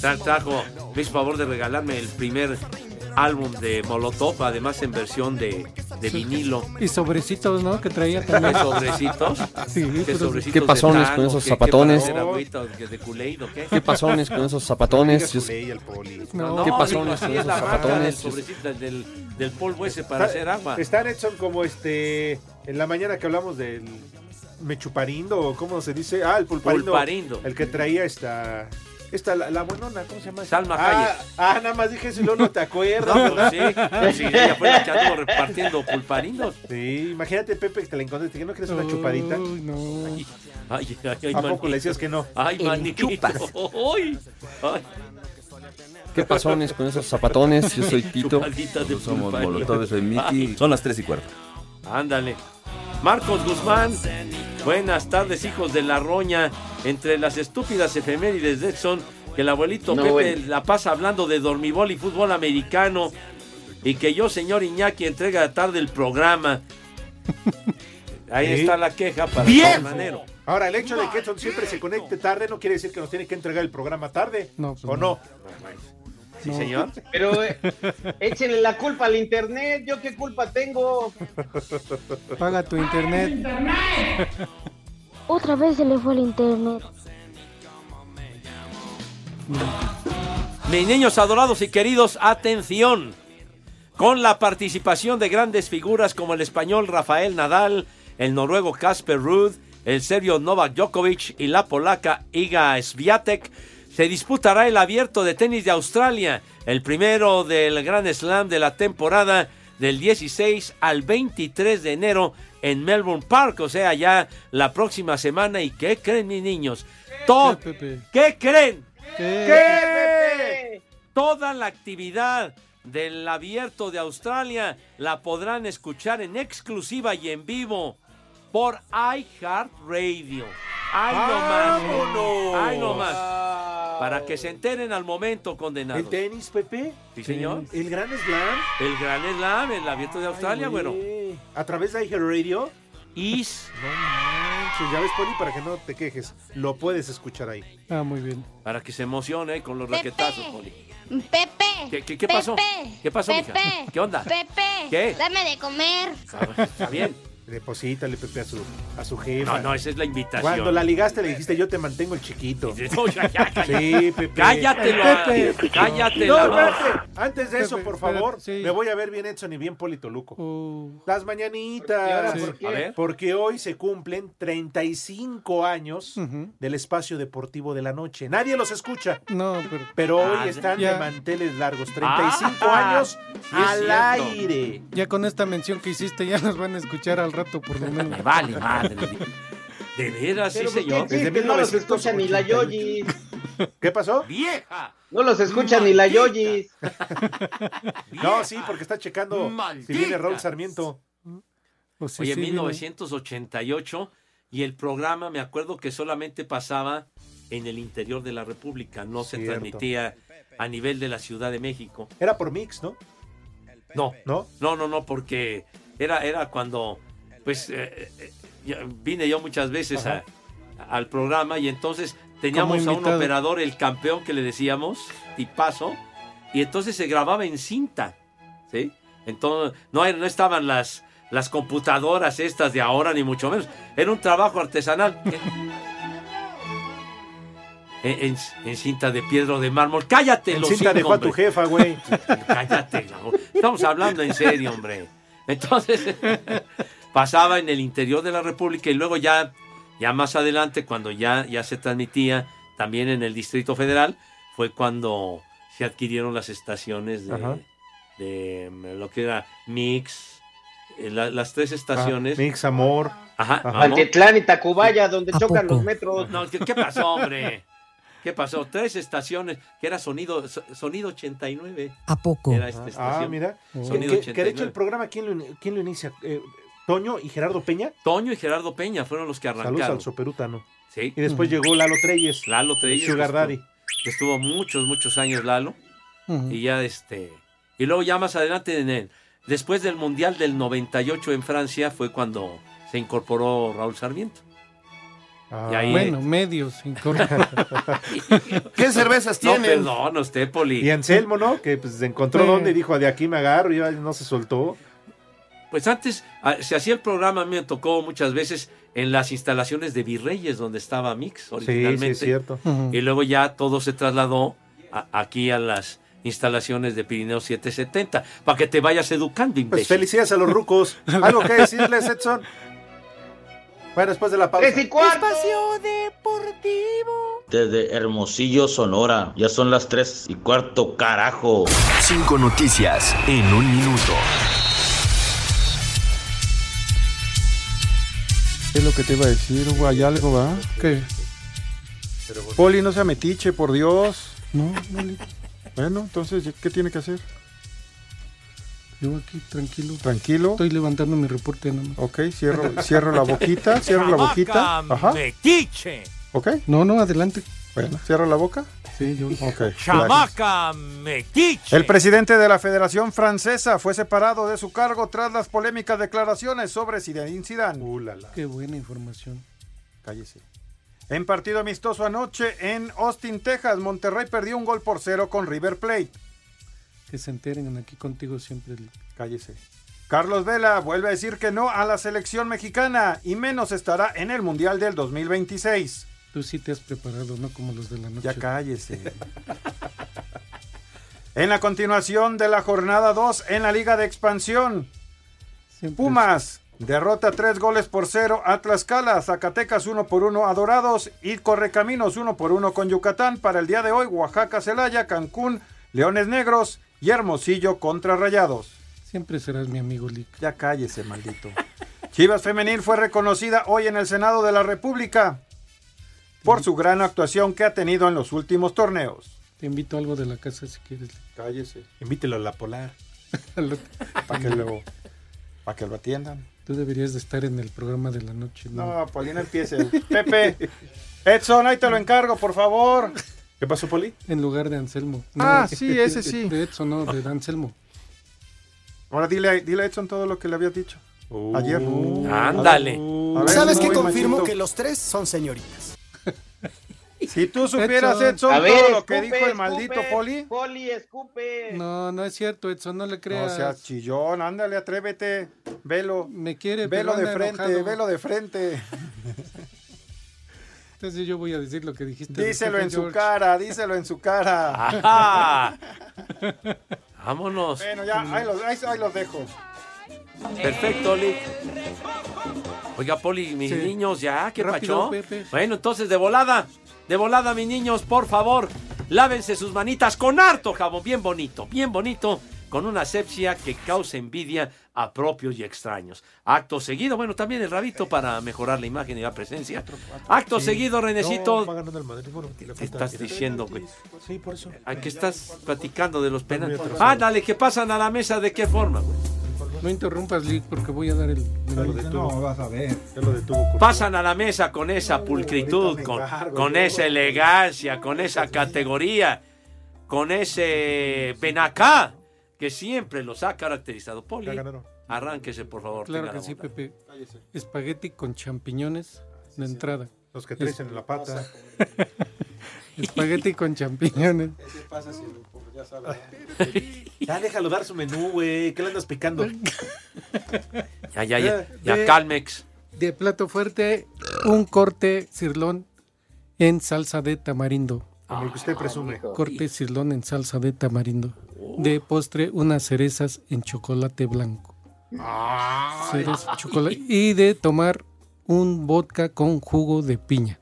Speaker 4: Tra- trajo, me hizo favor de regalarme el primer álbum de Molotov, además en versión de, de vinilo.
Speaker 7: Y sobrecitos, ¿no? Que traía
Speaker 4: ¿Qué
Speaker 7: también.
Speaker 4: sobrecitos?
Speaker 7: Sí, pero-
Speaker 4: sobrecitos
Speaker 25: ¿Qué
Speaker 4: de
Speaker 25: pasones
Speaker 4: tango?
Speaker 25: con esos
Speaker 4: ¿Qué-
Speaker 25: zapatones?
Speaker 4: ¿Qué, pasones? ¿Era agüita de- de Kool-Aid o qué?
Speaker 25: ¿Qué pasones con esos zapatones?
Speaker 9: No digas Kool-Aid, el poli.
Speaker 25: ¿Qué
Speaker 4: digo,
Speaker 25: pasones
Speaker 4: así
Speaker 25: con
Speaker 4: es
Speaker 25: esos
Speaker 4: la marca del,
Speaker 25: zapatones?
Speaker 4: sobrecito, del- del, del polvo ese para hacer agua.
Speaker 9: Están Edson como este en la mañana que hablamos del mechuparindo o cómo se dice, ah, el pulparindo.
Speaker 4: Pulparindo.
Speaker 9: El que traía esta esta la, la buenona, ¿cómo se llama?
Speaker 4: Salma
Speaker 9: ah,
Speaker 4: Hayek.
Speaker 9: ah, nada más dije eso y luego no te acuerdas.
Speaker 4: No,
Speaker 9: ¿verdad?
Speaker 4: pues sí, pues sí, ella fue la que anduvo repartiendo pulparindos.
Speaker 9: Sí, imagínate Pepe que te la encontraste, que no quieres una chupadita.
Speaker 4: Ay, ay, ay, ay,
Speaker 9: ¿A poco
Speaker 4: manito.
Speaker 9: le decías que no?
Speaker 4: Ay,
Speaker 9: En
Speaker 4: manito.
Speaker 9: chupas.
Speaker 4: Ay, ay.
Speaker 25: ¿Qué pasones con esos zapatones? Yo soy Tito.
Speaker 4: Chupaditas de
Speaker 25: Somos
Speaker 4: pulparindos.
Speaker 25: Molotov, soy Mickey.
Speaker 4: Ay,
Speaker 25: Son las 3 y cuarto.
Speaker 4: Ándale. Marcos Guzmán Buenas tardes, hijos de la roña. Entre las estúpidas efemérides de Edson, que el abuelito
Speaker 22: No,
Speaker 4: Pepe
Speaker 22: bueno.
Speaker 4: la pasa hablando de dormibol y fútbol americano. Y que yo, señor Iñaki, entrega tarde el programa. Ahí
Speaker 9: Sí.
Speaker 4: está la queja para
Speaker 9: ¡Viejo!
Speaker 4: el manero.
Speaker 9: Ahora, el hecho de que Edson siempre se conecte tarde no quiere decir que nos tiene que entregar el programa tarde.
Speaker 7: No,
Speaker 9: ¿O no?
Speaker 4: Sí, señor.
Speaker 22: Pero eh, échenle la culpa al internet, yo qué culpa tengo.
Speaker 7: Paga tu internet.
Speaker 23: Otra vez se le fue el internet.
Speaker 4: Mis niños adorados y queridos, atención. Con la participación de grandes figuras como el español Rafael Nadal, el noruego Casper Ruud, el serbio Novak Djokovic y la polaca Iga Swiatek, se disputará el Abierto de Tenis de Australia, el primero del Grand Slam de la temporada del 16 al 23 de enero en Melbourne Park, o sea, ya la próxima semana. ¿Y qué creen, mis niños? Todo, ¿Qué creen? ¿Qué? Toda la actividad del abierto de Australia la podrán escuchar en exclusiva y en vivo por iHeartRadio. ¡Ay, no más! ¡Ay, no más! Para que se enteren al momento condenados.
Speaker 9: Ah. ¿El tenis, Pepe?
Speaker 4: Sí, señor.
Speaker 9: ¿El Gran Slam?
Speaker 4: El Gran Slam, el abierto de Australia, bueno.
Speaker 9: ¿A través de iHeart Radio?
Speaker 4: Is.
Speaker 9: No manches, ya ves, Poli, para que no te quejes. Lo puedes escuchar ahí.
Speaker 7: Ah, muy bien.
Speaker 4: Para que se emocione con los
Speaker 23: Pepe.
Speaker 4: raquetazos, Poli.
Speaker 23: Pepe.
Speaker 4: ¿Qué- qué- qué pasó?
Speaker 23: Pepe,
Speaker 4: ¿Qué pasó, mija?
Speaker 23: Pepe,
Speaker 4: ¿Qué onda?
Speaker 23: Pepe.
Speaker 4: ¿Qué?
Speaker 23: Dame de comer.
Speaker 4: Está bien.
Speaker 9: Deposítale, Pepe, a su, a su jefa.
Speaker 4: No, no, esa es la invitación.
Speaker 9: Cuando la ligaste le dijiste, yo te mantengo el chiquito.
Speaker 4: No, ya, ya, ya.
Speaker 9: Sí, Pepe.
Speaker 4: Cállatelo,
Speaker 9: Pepe.
Speaker 4: cállatelo.
Speaker 9: No, espérate. Antes de eso,
Speaker 7: Pepe,
Speaker 9: por favor,
Speaker 7: espérate, sí.
Speaker 9: me voy a ver bien Edson y bien Polito Luco. Las
Speaker 7: ¿Y ahora
Speaker 9: mañanitas.
Speaker 7: por qué? A ver.
Speaker 9: Porque hoy se cumplen 35 años del espacio deportivo de la noche. Nadie los escucha.
Speaker 7: No, pero.
Speaker 9: Pero
Speaker 7: Ah,
Speaker 9: hoy están
Speaker 7: ya.
Speaker 9: de manteles largos. 35 años
Speaker 7: Ah, sí es
Speaker 9: al
Speaker 7: cierto.
Speaker 9: aire.
Speaker 7: Ya con esta mención que hiciste, ya nos van a escuchar al rato, por lo menos.
Speaker 4: Me vale, madre. De
Speaker 7: Ah,
Speaker 4: veras, sí,
Speaker 22: Pero, ¿por qué
Speaker 4: señor.
Speaker 22: existe? no los escucha ni la Yoyis.
Speaker 9: ¿Qué pasó?
Speaker 4: ¡Vieja!
Speaker 22: No los escucha ni la Yoyis.
Speaker 9: No, sí, porque está checando si viene
Speaker 4: Maldita.
Speaker 9: Raúl Sarmiento. Oh,
Speaker 4: Oye, 1988 y el programa, me acuerdo que solamente pasaba en el interior de la República, no se
Speaker 9: Cierto.
Speaker 4: transmitía a nivel de la Ciudad de México.
Speaker 9: Era por Mix, ¿no?
Speaker 4: No,
Speaker 9: no,
Speaker 4: no, no, no, porque era, era cuando, pues, eh, eh, ya vine yo muchas veces a- al programa y entonces teníamos
Speaker 7: Como
Speaker 4: a un
Speaker 7: invitado.
Speaker 4: operador, el campeón que le decíamos, tipazo, y entonces se grababa en cinta, ¿sí? Entonces, no, no estaban las, las computadoras estas de ahora, ni mucho menos. Era un trabajo artesanal. En, en- en cinta de piedra o de mármol. Cállate,
Speaker 9: En
Speaker 4: los
Speaker 9: cinta dejó a tu jefa, güey.
Speaker 4: Cállate, la bo- estamos hablando en serio, hombre. Entonces, pasaba en el interior de la República y luego ya, ya más adelante, cuando ya, ya se transmitía también en el Distrito Federal, fue cuando se adquirieron las estaciones
Speaker 9: Ajá.
Speaker 4: de, de, mm, lo que era Mix, eh, la- las tres estaciones.
Speaker 9: Ah, Mix, Amor.
Speaker 4: Ajá,
Speaker 9: Ajá.
Speaker 4: Amor.
Speaker 22: Altitlán y Tacubaya, donde chocan los metros.
Speaker 4: No, ¿qué, qué pasó, hombre? ¿Qué pasó? Tres estaciones, que era sonido, so- sonido 89.
Speaker 9: ¿A poco?
Speaker 4: Era esta estación.
Speaker 9: Ah, mira.
Speaker 4: Sonido
Speaker 9: Que- que,
Speaker 4: 89.
Speaker 9: que de hecho el programa, ¿quién lo, in- quién lo inicia? Eh, ¿Toño y Gerardo Peña?
Speaker 4: Toño y Gerardo Peña fueron los que
Speaker 9: Saludos
Speaker 4: arrancaron.
Speaker 9: al soperútano.
Speaker 4: Sí.
Speaker 9: Y después llegó Lalo Treyes.
Speaker 4: Lalo Treyes.
Speaker 9: Sugar
Speaker 4: que estuvo-
Speaker 9: Daddy.
Speaker 4: que Estuvo muchos, muchos años Lalo.
Speaker 7: Ujú.
Speaker 4: Y ya este. Y luego ya más adelante, en el- después del Mundial del 98 en Francia, fue cuando se incorporó Raúl Sarmiento. y ahí-
Speaker 7: Ah, bueno, medios, incorrecto.
Speaker 9: ¿Qué cervezas tienen?
Speaker 4: No, perdón, usted, Poli.
Speaker 9: Y Anselmo, ¿no? Que pues encontró
Speaker 4: Sí.
Speaker 9: dónde y dijo, de aquí me agarro, y ya no se soltó.
Speaker 4: Pues antes ah, se hacía el programa, a mí me tocó muchas veces en las instalaciones de Virreyes, donde estaba Mix originalmente.
Speaker 9: es cierto. Ujú.
Speaker 4: Y luego ya todo se trasladó a- aquí a las instalaciones de Pirineo 770, para que te vayas educando,
Speaker 9: Pues
Speaker 4: imbécil.
Speaker 9: felicidades a los rucos. ¿Algo que decirles, Edson? Bueno, después de la pausa.
Speaker 22: Tres y cuarto.
Speaker 24: Desde Hermosillo, Sonora. Ya son las 3 y cuarto, carajo.
Speaker 19: Cinco noticias en un minuto.
Speaker 3: ¿Qué es lo que te iba a decir, güey? ¿Algo, va? ¿Qué? Poli, no sea metiche, por Dios. No, no. le- Bueno, entonces, ¿qué tiene que hacer?
Speaker 7: Yo aquí tranquilo.
Speaker 3: Tranquilo.
Speaker 7: Estoy levantando mi reporte nomás.
Speaker 3: Ok, cierro, cierro la boquita, cierro la boquita. Ajá.
Speaker 2: Metiche.
Speaker 3: Ok.
Speaker 7: No, no, adelante.
Speaker 3: Bueno, cierro la boca.
Speaker 7: Sí, yo.
Speaker 3: Ok.
Speaker 2: Chamaca metiche.
Speaker 3: El presidente de la Federación Francesa fue separado de su cargo tras las polémicas declaraciones sobre Zinedine Zidane.
Speaker 7: Qué buena información.
Speaker 3: Cállese. En partido amistoso anoche en Austin, Texas, Monterrey perdió un gol por cero con River Plate.
Speaker 7: Que se enteren aquí contigo siempre. Lee.
Speaker 3: Cállese. Carlos Vela vuelve a decir que no a la selección mexicana y menos estará en el Mundial del 2026.
Speaker 7: Tú sí te has preparado, no como los de la noche.
Speaker 3: Ya cállese. en la continuación de la jornada 2 en la Liga de Expansión,
Speaker 7: Siempre
Speaker 3: Pumas derrota 3 goles por 0 a Tlaxcala, Zacatecas 1 por 1 a Dorados y Correcaminos 1 por 1 con Yucatán. Para el día de hoy, Oaxaca, Celaya, Cancún, Leones Negros y Hermosillo contra Rayados.
Speaker 7: Siempre serás mi amigo Lick.
Speaker 3: Ya cállese, maldito. Chivas Femenil fue reconocida hoy en el Senado de la República por su gran actuación que ha tenido en los últimos torneos.
Speaker 7: Te invito a algo de la casa si quieres.
Speaker 3: Cállese.
Speaker 9: Invítelo a la polar.
Speaker 3: Para que lo, para que lo atiendan.
Speaker 7: Tú deberías de estar en el programa de la noche. No,
Speaker 3: No, Poli, no empiece. Pepe, Edson, ahí te lo encargo, por favor.
Speaker 9: ¿Qué pasó, Poli?
Speaker 7: en lugar de Anselmo.
Speaker 3: Ah,
Speaker 7: No,
Speaker 3: sí, ese sí.
Speaker 7: De Edson, no, de Anselmo.
Speaker 3: Ahora dile, dile a Edson todo lo que le había dicho ayer.
Speaker 4: Ándale.
Speaker 3: A ver,
Speaker 6: ¿Sabes qué
Speaker 3: muy
Speaker 6: confirmo?
Speaker 3: machito.
Speaker 6: Que los tres son señoritas.
Speaker 3: Si tú supieras, Edson,
Speaker 6: A ver,
Speaker 3: todo lo que
Speaker 6: escupe,
Speaker 3: dijo el maldito
Speaker 6: escupe.
Speaker 3: Poli.
Speaker 22: Poli, escupe.
Speaker 7: No, no es cierto, Edson, no le
Speaker 3: Eh. No
Speaker 7: creas.
Speaker 3: seas chillón, ándale, atrévete, velo.
Speaker 7: Me quiere,
Speaker 3: Velo
Speaker 7: pero
Speaker 3: de
Speaker 7: anda
Speaker 3: frente,
Speaker 7: enojado.
Speaker 3: velo de frente.
Speaker 7: Entonces yo voy a decir lo que dijiste. del
Speaker 3: Díselo
Speaker 7: jefe
Speaker 3: en su
Speaker 7: George.
Speaker 3: cara, díselo en su cara.
Speaker 4: Ajá. Vámonos.
Speaker 3: bueno, ya, ahí los, ahí- ahí los dejo.
Speaker 4: Perfecto, Oli. Oiga, Poli, mis
Speaker 3: Sí.
Speaker 4: niños, ya, ¿qué
Speaker 7: Rápido,
Speaker 4: pacho?
Speaker 7: Pepe.
Speaker 4: Bueno, entonces, de volada, de volada, mis niños, por favor, lávense sus manitas con harto jabón, bien bonito, bien bonito, con una asepsia que cause envidia a propios y extraños. Acto seguido, bueno, también el rabito para mejorar la imagen y la presencia. Acto seguido, Renecito,
Speaker 9: No, va ganando el Madrid. Bueno, le
Speaker 4: ¿qué
Speaker 9: falta-
Speaker 4: estás diciendo, güey?
Speaker 9: Sí, por eso.
Speaker 4: ¿A qué estás platicando de los penales?
Speaker 9: muy atrasado.
Speaker 4: Ah, dale, que pasan a la mesa, ¿de qué forma, güey?
Speaker 7: No interrumpas, Lick, porque voy a dar el.
Speaker 9: No, vas a ver. Ya lo detuvo.
Speaker 4: Pasan a la mesa con esa pulcritud, con, con esa elegancia, con esa categoría, con ese benacá que siempre los ha caracterizado. Poli, arránquese, por favor.
Speaker 7: Claro
Speaker 4: tenga
Speaker 7: que
Speaker 4: la
Speaker 7: sí,
Speaker 4: bondad.
Speaker 7: Pepe. Espagueti con champiñones de entrada.
Speaker 9: Ah, Los que traes en la pata.
Speaker 7: Espagueti con champiñones.
Speaker 9: Ya déjalo dar su menú, güey. ¿Qué le andas picando?
Speaker 4: Ya, ya, ya.
Speaker 7: Ya,
Speaker 4: Ya,
Speaker 7: ya.
Speaker 4: Calmex.
Speaker 7: Eh, De plato fuerte, un corte cirlón en salsa de tamarindo.
Speaker 9: Como el que
Speaker 4: Ah,
Speaker 9: usted presume.
Speaker 7: Corte cirlón en salsa de tamarindo.
Speaker 4: Oh.
Speaker 7: De postre, unas cerezas en chocolate blanco.
Speaker 4: Ah,
Speaker 7: Cereza, chocolate. Y de tomar un vodka con jugo de piña.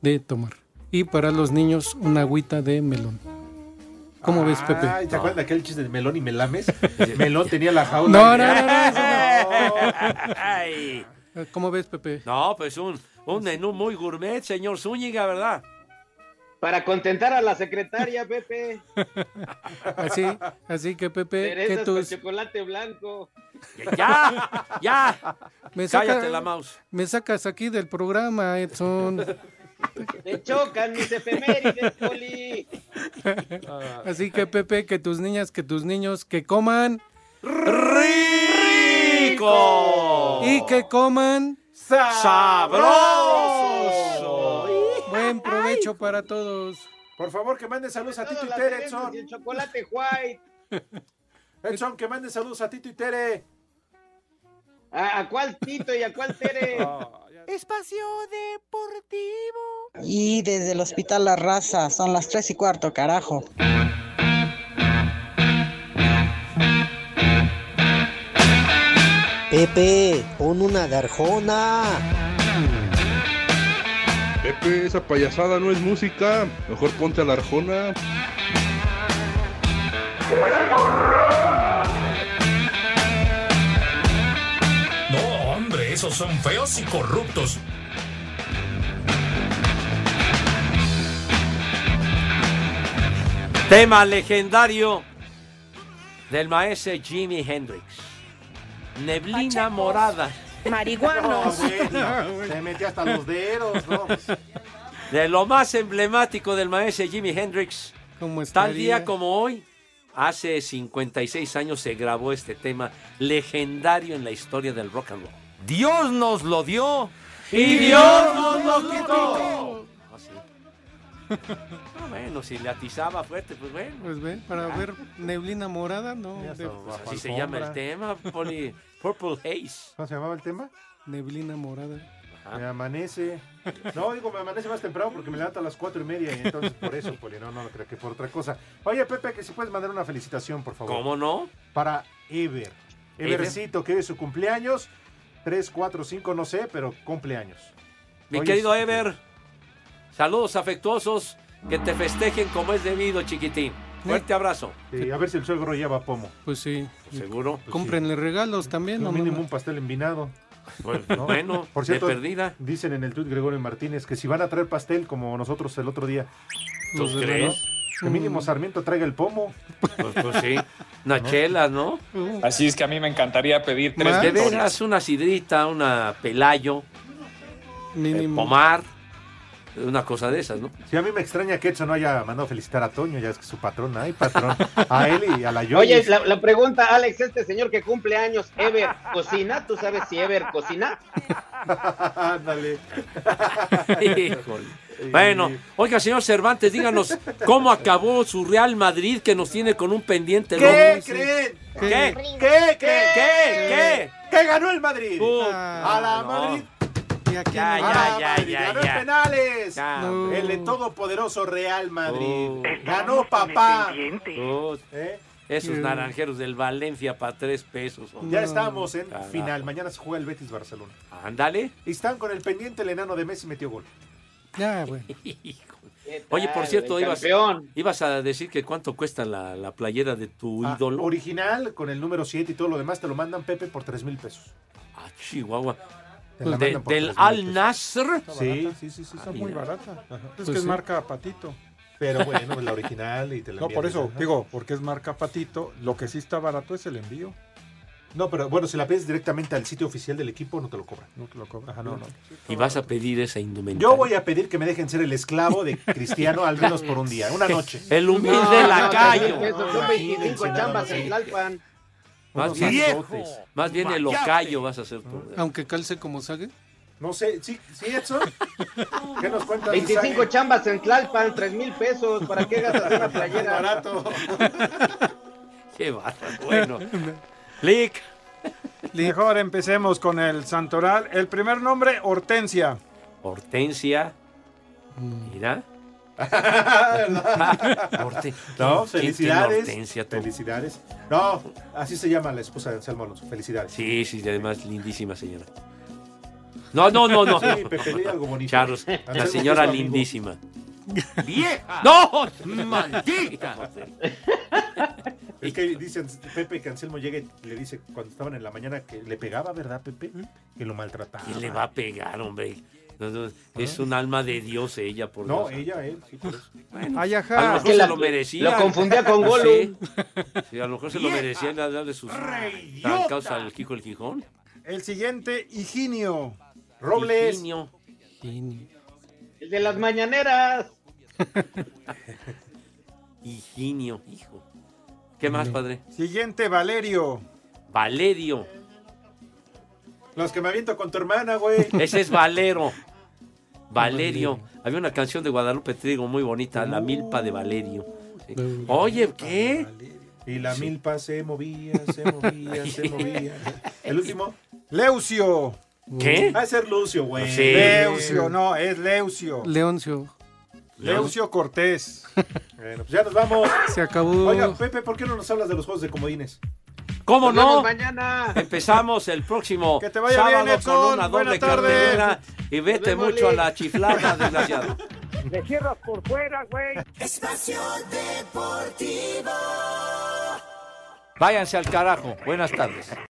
Speaker 7: De tomar. Y para los niños, una agüita de melón. ¿Cómo ves, Pepe?
Speaker 9: Ay, Ah, ¿te acuerdas de aquel chiste de melón y melames? melón tenía la jaula.
Speaker 7: No, no, no, no,
Speaker 4: Ay.
Speaker 7: Eh, ¿Cómo ves, Pepe?
Speaker 4: No, pues un, un menú muy gourmet, señor Zúñiga, ¿verdad?
Speaker 22: Para contentar a la secretaria, Pepe.
Speaker 7: Así, así que, Pepe, que
Speaker 22: Cerezas con
Speaker 7: tus,
Speaker 22: chocolate blanco.
Speaker 4: Ya, ya.
Speaker 7: Me saca-
Speaker 4: Cállate la mouse.
Speaker 7: me sacas aquí del programa, Edson.
Speaker 22: Te chocan mis efemérides, Poli.
Speaker 7: Así que Pepe, que tus niñas, que tus niños, que coman
Speaker 4: ¡Rico!
Speaker 7: y que coman
Speaker 4: ¡Sabroso!
Speaker 7: Buen provecho para todos.
Speaker 9: Por favor, que mande saludos a Tito y
Speaker 22: Todas las
Speaker 9: Tere,
Speaker 22: cerezas
Speaker 9: Edson.
Speaker 22: y el chocolate white.
Speaker 9: Edson, que mande saludos a Tito y Tere.
Speaker 22: ¿A, a cuál Tito y a cuál Tere?
Speaker 8: Espacio Deportivo.
Speaker 10: Y desde el Hospital La Raza son las tres y cuarto, carajo.
Speaker 12: Pepe, pon una garjona.
Speaker 31: Pepe, esa payasada no es música. Mejor ponte a la arjona.
Speaker 14: No, hombre, esos son feos y corruptos.
Speaker 4: Tema legendario del maestro Jimi Hendrix. Neblina
Speaker 9: Pachecos.
Speaker 4: morada.
Speaker 9: Marihuanos. No, güey, se metió hasta los dedos, ¿no?
Speaker 4: De lo más emblemático del maestro Jimi Hendrix. Tal
Speaker 7: estaría?
Speaker 4: día como hoy, hace 56 años se grabó este tema legendario en la historia del rock and roll.
Speaker 2: Dios nos lo dio
Speaker 4: Y Dios nos lo quitó. Ah, bueno, si le atizaba fuerte, pues bueno.
Speaker 7: Pues ven, para
Speaker 4: Ah.
Speaker 7: ver neblina morada, no. de-
Speaker 4: Pues así se llama el tema, Poli. Purple Haze.
Speaker 9: ¿Cómo se llamaba el tema?
Speaker 7: Neblina morada.
Speaker 9: Me amanece. No, digo, me amanece más temprano porque me levanto a las cuatro y media. Y entonces, por eso, Poli, no, no, creo que por otra cosa. Oye, Pepe, que si puedes mandar una felicitación, por favor.
Speaker 4: ¿Cómo no?
Speaker 9: Para Ever.
Speaker 4: Ever.
Speaker 9: Evercito, que hoy es su cumpleaños. 3, 4, 5, no sé, pero cumpleaños.
Speaker 4: Mi
Speaker 9: Oye,
Speaker 4: querido Ever, saludos afectuosos, que te festejen como es debido, chiquitín. Fuerte abrazo.
Speaker 9: sí, Eh, a ver si el suegro lleva pomo.
Speaker 7: Pues sí.
Speaker 4: ¿Seguro?
Speaker 7: Cómprenle regalos también.
Speaker 9: Lo
Speaker 7: no
Speaker 9: mínimo
Speaker 7: mames.
Speaker 9: un pastel envinado.
Speaker 4: Pues,
Speaker 9: ¿no?
Speaker 4: bueno, de perdida.
Speaker 9: Dicen en el tuit Gregorio Martínez que si van a traer pastel como nosotros el otro día.
Speaker 4: ¿Tú
Speaker 9: los de la-
Speaker 4: crees?
Speaker 9: Que
Speaker 7: Mm.
Speaker 9: mínimo Sarmiento traiga el pomo.
Speaker 4: Pues, pues sí, unas chelas, ¿no?
Speaker 11: Así es que a mí me encantaría pedir tres
Speaker 4: De
Speaker 11: victorias.
Speaker 4: veras, una sidrita, una pelayo, eh, pomar, una cosa de esas, ¿no?
Speaker 9: Sí, a mí me extraña que Edson no haya mandado felicitar a Toño, ya es que su patrón, ay, patrón, a él y a la Yoyis.
Speaker 22: Oye, la, la pregunta, Alex, este señor que cumple años, Ever, ¿cocina? ¿Tú sabes si Ever cocina?
Speaker 9: Ándale.
Speaker 4: Híjole. Bueno, oiga, señor Cervantes, díganos cómo acabó su Real Madrid que nos tiene con un pendiente.
Speaker 9: ¿Qué
Speaker 4: loco.
Speaker 9: creen?
Speaker 4: ¿Qué?
Speaker 9: ¿Qué? ¿Qué?
Speaker 4: ¿Qué?
Speaker 9: ¿Qué ganó el Madrid? Ah, a la
Speaker 4: Ah, no.
Speaker 9: Madrid.
Speaker 4: Uh, Ya,
Speaker 9: a la
Speaker 4: ya, ya,
Speaker 9: Madrid.
Speaker 4: ya,
Speaker 9: ganó en
Speaker 4: ya.
Speaker 9: penales.
Speaker 4: Ya, No.
Speaker 9: El de todopoderoso Real Madrid.
Speaker 4: Oh.
Speaker 9: Ganó papá.
Speaker 4: Oh,
Speaker 9: ¿Eh?
Speaker 4: Esos
Speaker 9: Sí.
Speaker 4: naranjeros del Valencia para tres pesos. hombre.
Speaker 9: Ya estamos en
Speaker 4: Carajo. Ah.
Speaker 9: final. Mañana se juega el Betis Barcelona.
Speaker 4: Ándale.
Speaker 9: Y están con el pendiente el enano de Messi metió gol.
Speaker 7: Ya, güey.
Speaker 4: Oye, por cierto,
Speaker 22: el
Speaker 4: ibas,
Speaker 22: campeón.
Speaker 4: ibas a decir que cuánto cuesta la, la playera de tu
Speaker 9: Ah,
Speaker 4: ídolo.
Speaker 9: original con el número 7 y todo lo demás te lo mandan Pepe por 3 mil pesos.
Speaker 4: Ah, Chihuahua.
Speaker 9: Te la
Speaker 4: De-
Speaker 9: mandan por
Speaker 4: del
Speaker 9: 3,000
Speaker 4: Al Nasr.
Speaker 9: Sí, sí, sí, sí,
Speaker 4: Ah,
Speaker 9: está
Speaker 4: mira.
Speaker 9: muy barata.
Speaker 3: Es
Speaker 4: Pues
Speaker 3: que es
Speaker 4: sí.
Speaker 3: marca Patito.
Speaker 9: Pero bueno, es la original y te la
Speaker 3: No,
Speaker 9: envían
Speaker 3: por eso,
Speaker 9: desde-
Speaker 3: digo, porque es marca Patito, lo que sí está barato es el envío.
Speaker 9: No, pero bueno, si la pides directamente al sitio oficial del equipo, no te lo cobran.
Speaker 3: No te lo cobran. Ajá, no, no.
Speaker 4: Y vas a pedir esa indumentaria.
Speaker 9: Yo voy a pedir que me dejen ser el esclavo de Cristiano al menos por un día, una noche.
Speaker 4: El humilde
Speaker 22: No,
Speaker 4: lacayo.
Speaker 22: no, eso son 25 chambas en Tlalpan.
Speaker 4: Más
Speaker 7: Unos
Speaker 4: bien,
Speaker 7: viejotes.
Speaker 4: más bien el
Speaker 7: Mayate.
Speaker 4: locayo vas a hacer tú.
Speaker 7: Aunque calce como sague.
Speaker 9: No sé, sí, sí, Edson. ¿Qué nos cuentas?
Speaker 22: 25 chambas en Tlalpan, 3 mil pesos. ¿Para qué gastas una playera?
Speaker 9: barato.
Speaker 4: Qué bárbaro. Bueno. Lick.
Speaker 3: Mejor empecemos con el Santoral. El primer nombre, Hortensia.
Speaker 4: Hortensia. Mira. Horte-
Speaker 9: Ah, No,
Speaker 4: ¿quién- quién tiene
Speaker 9: felicidades.
Speaker 4: Hortensia, tú?
Speaker 9: Felicidades. No, así se llama la esposa de Anselmo Alonso. Felicidades.
Speaker 4: Sí, sí, y además lindísima señora. No, no, no, no.
Speaker 9: Sí, Pepe, di algo bonito.
Speaker 4: Charros, la
Speaker 9: Anselmo
Speaker 4: señora
Speaker 9: es tu amigo.
Speaker 4: lindísima. ¡No! ¡Maldita!
Speaker 9: Es que dicen Pepe que Anselmo llega y le dice cuando estaban en la mañana que le pegaba, ¿verdad, Pepe?
Speaker 4: ¿Mm?
Speaker 9: Que lo maltrataba. ¿Ah?
Speaker 4: ¿Quién le va a pegar, hombre? No, no, Es un alma de Dios ella, por
Speaker 9: No,
Speaker 4: Dios.
Speaker 9: ella, él. sí, por eso.
Speaker 4: Bueno,
Speaker 3: Ay, ajá.
Speaker 4: A lo
Speaker 3: Es que
Speaker 4: mejor se
Speaker 3: la-
Speaker 4: lo merecía.
Speaker 3: lo confundía con
Speaker 4: Sí.
Speaker 3: Gollum.
Speaker 4: Sí, a lo mejor se lo
Speaker 3: Vieja
Speaker 4: merecía en darle sus trancados al Kiko el Gijón.
Speaker 3: El siguiente, Higinio.
Speaker 4: Robles.
Speaker 22: El de las mañaneras.
Speaker 4: Higinio, hijo. ¿Qué más, padre?
Speaker 3: Siguiente, Valerio.
Speaker 4: Valerio.
Speaker 9: Los que me aviento con tu hermana, güey.
Speaker 4: Ese es Valero. Valerio. Había una canción de Guadalupe Trigo muy bonita,
Speaker 3: Uh.
Speaker 4: La Milpa de Valerio. Sí. Oye, ¿qué?
Speaker 9: Y la
Speaker 4: Sí.
Speaker 9: milpa se movía, se movía, se movía. El último.
Speaker 3: Leucio.
Speaker 4: ¿Qué?
Speaker 9: Va a ser Lucio, güey.
Speaker 3: Sí. Leucio, no, es Leucio.
Speaker 7: Leoncio.
Speaker 3: Leucio Cortés.
Speaker 9: Bueno, pues ya nos vamos.
Speaker 7: Se acabó.
Speaker 9: Oiga, Pepe, ¿por qué no nos hablas de los juegos de comodines?
Speaker 4: ¿Cómo
Speaker 9: Nos vemos
Speaker 4: no?
Speaker 22: mañana.
Speaker 4: Empezamos el próximo
Speaker 9: te vaya
Speaker 4: sábado
Speaker 9: bien, Edson.
Speaker 4: con una
Speaker 9: Buena
Speaker 4: doble
Speaker 9: tarde.
Speaker 4: cartelera y vete
Speaker 9: vemos,
Speaker 4: mucho a
Speaker 9: Lick.
Speaker 4: la chiflada, desgraciado.
Speaker 13: Me cierras por fuera, güey.
Speaker 8: Espacio Deportivo.
Speaker 4: Váyanse al carajo. Buenas tardes.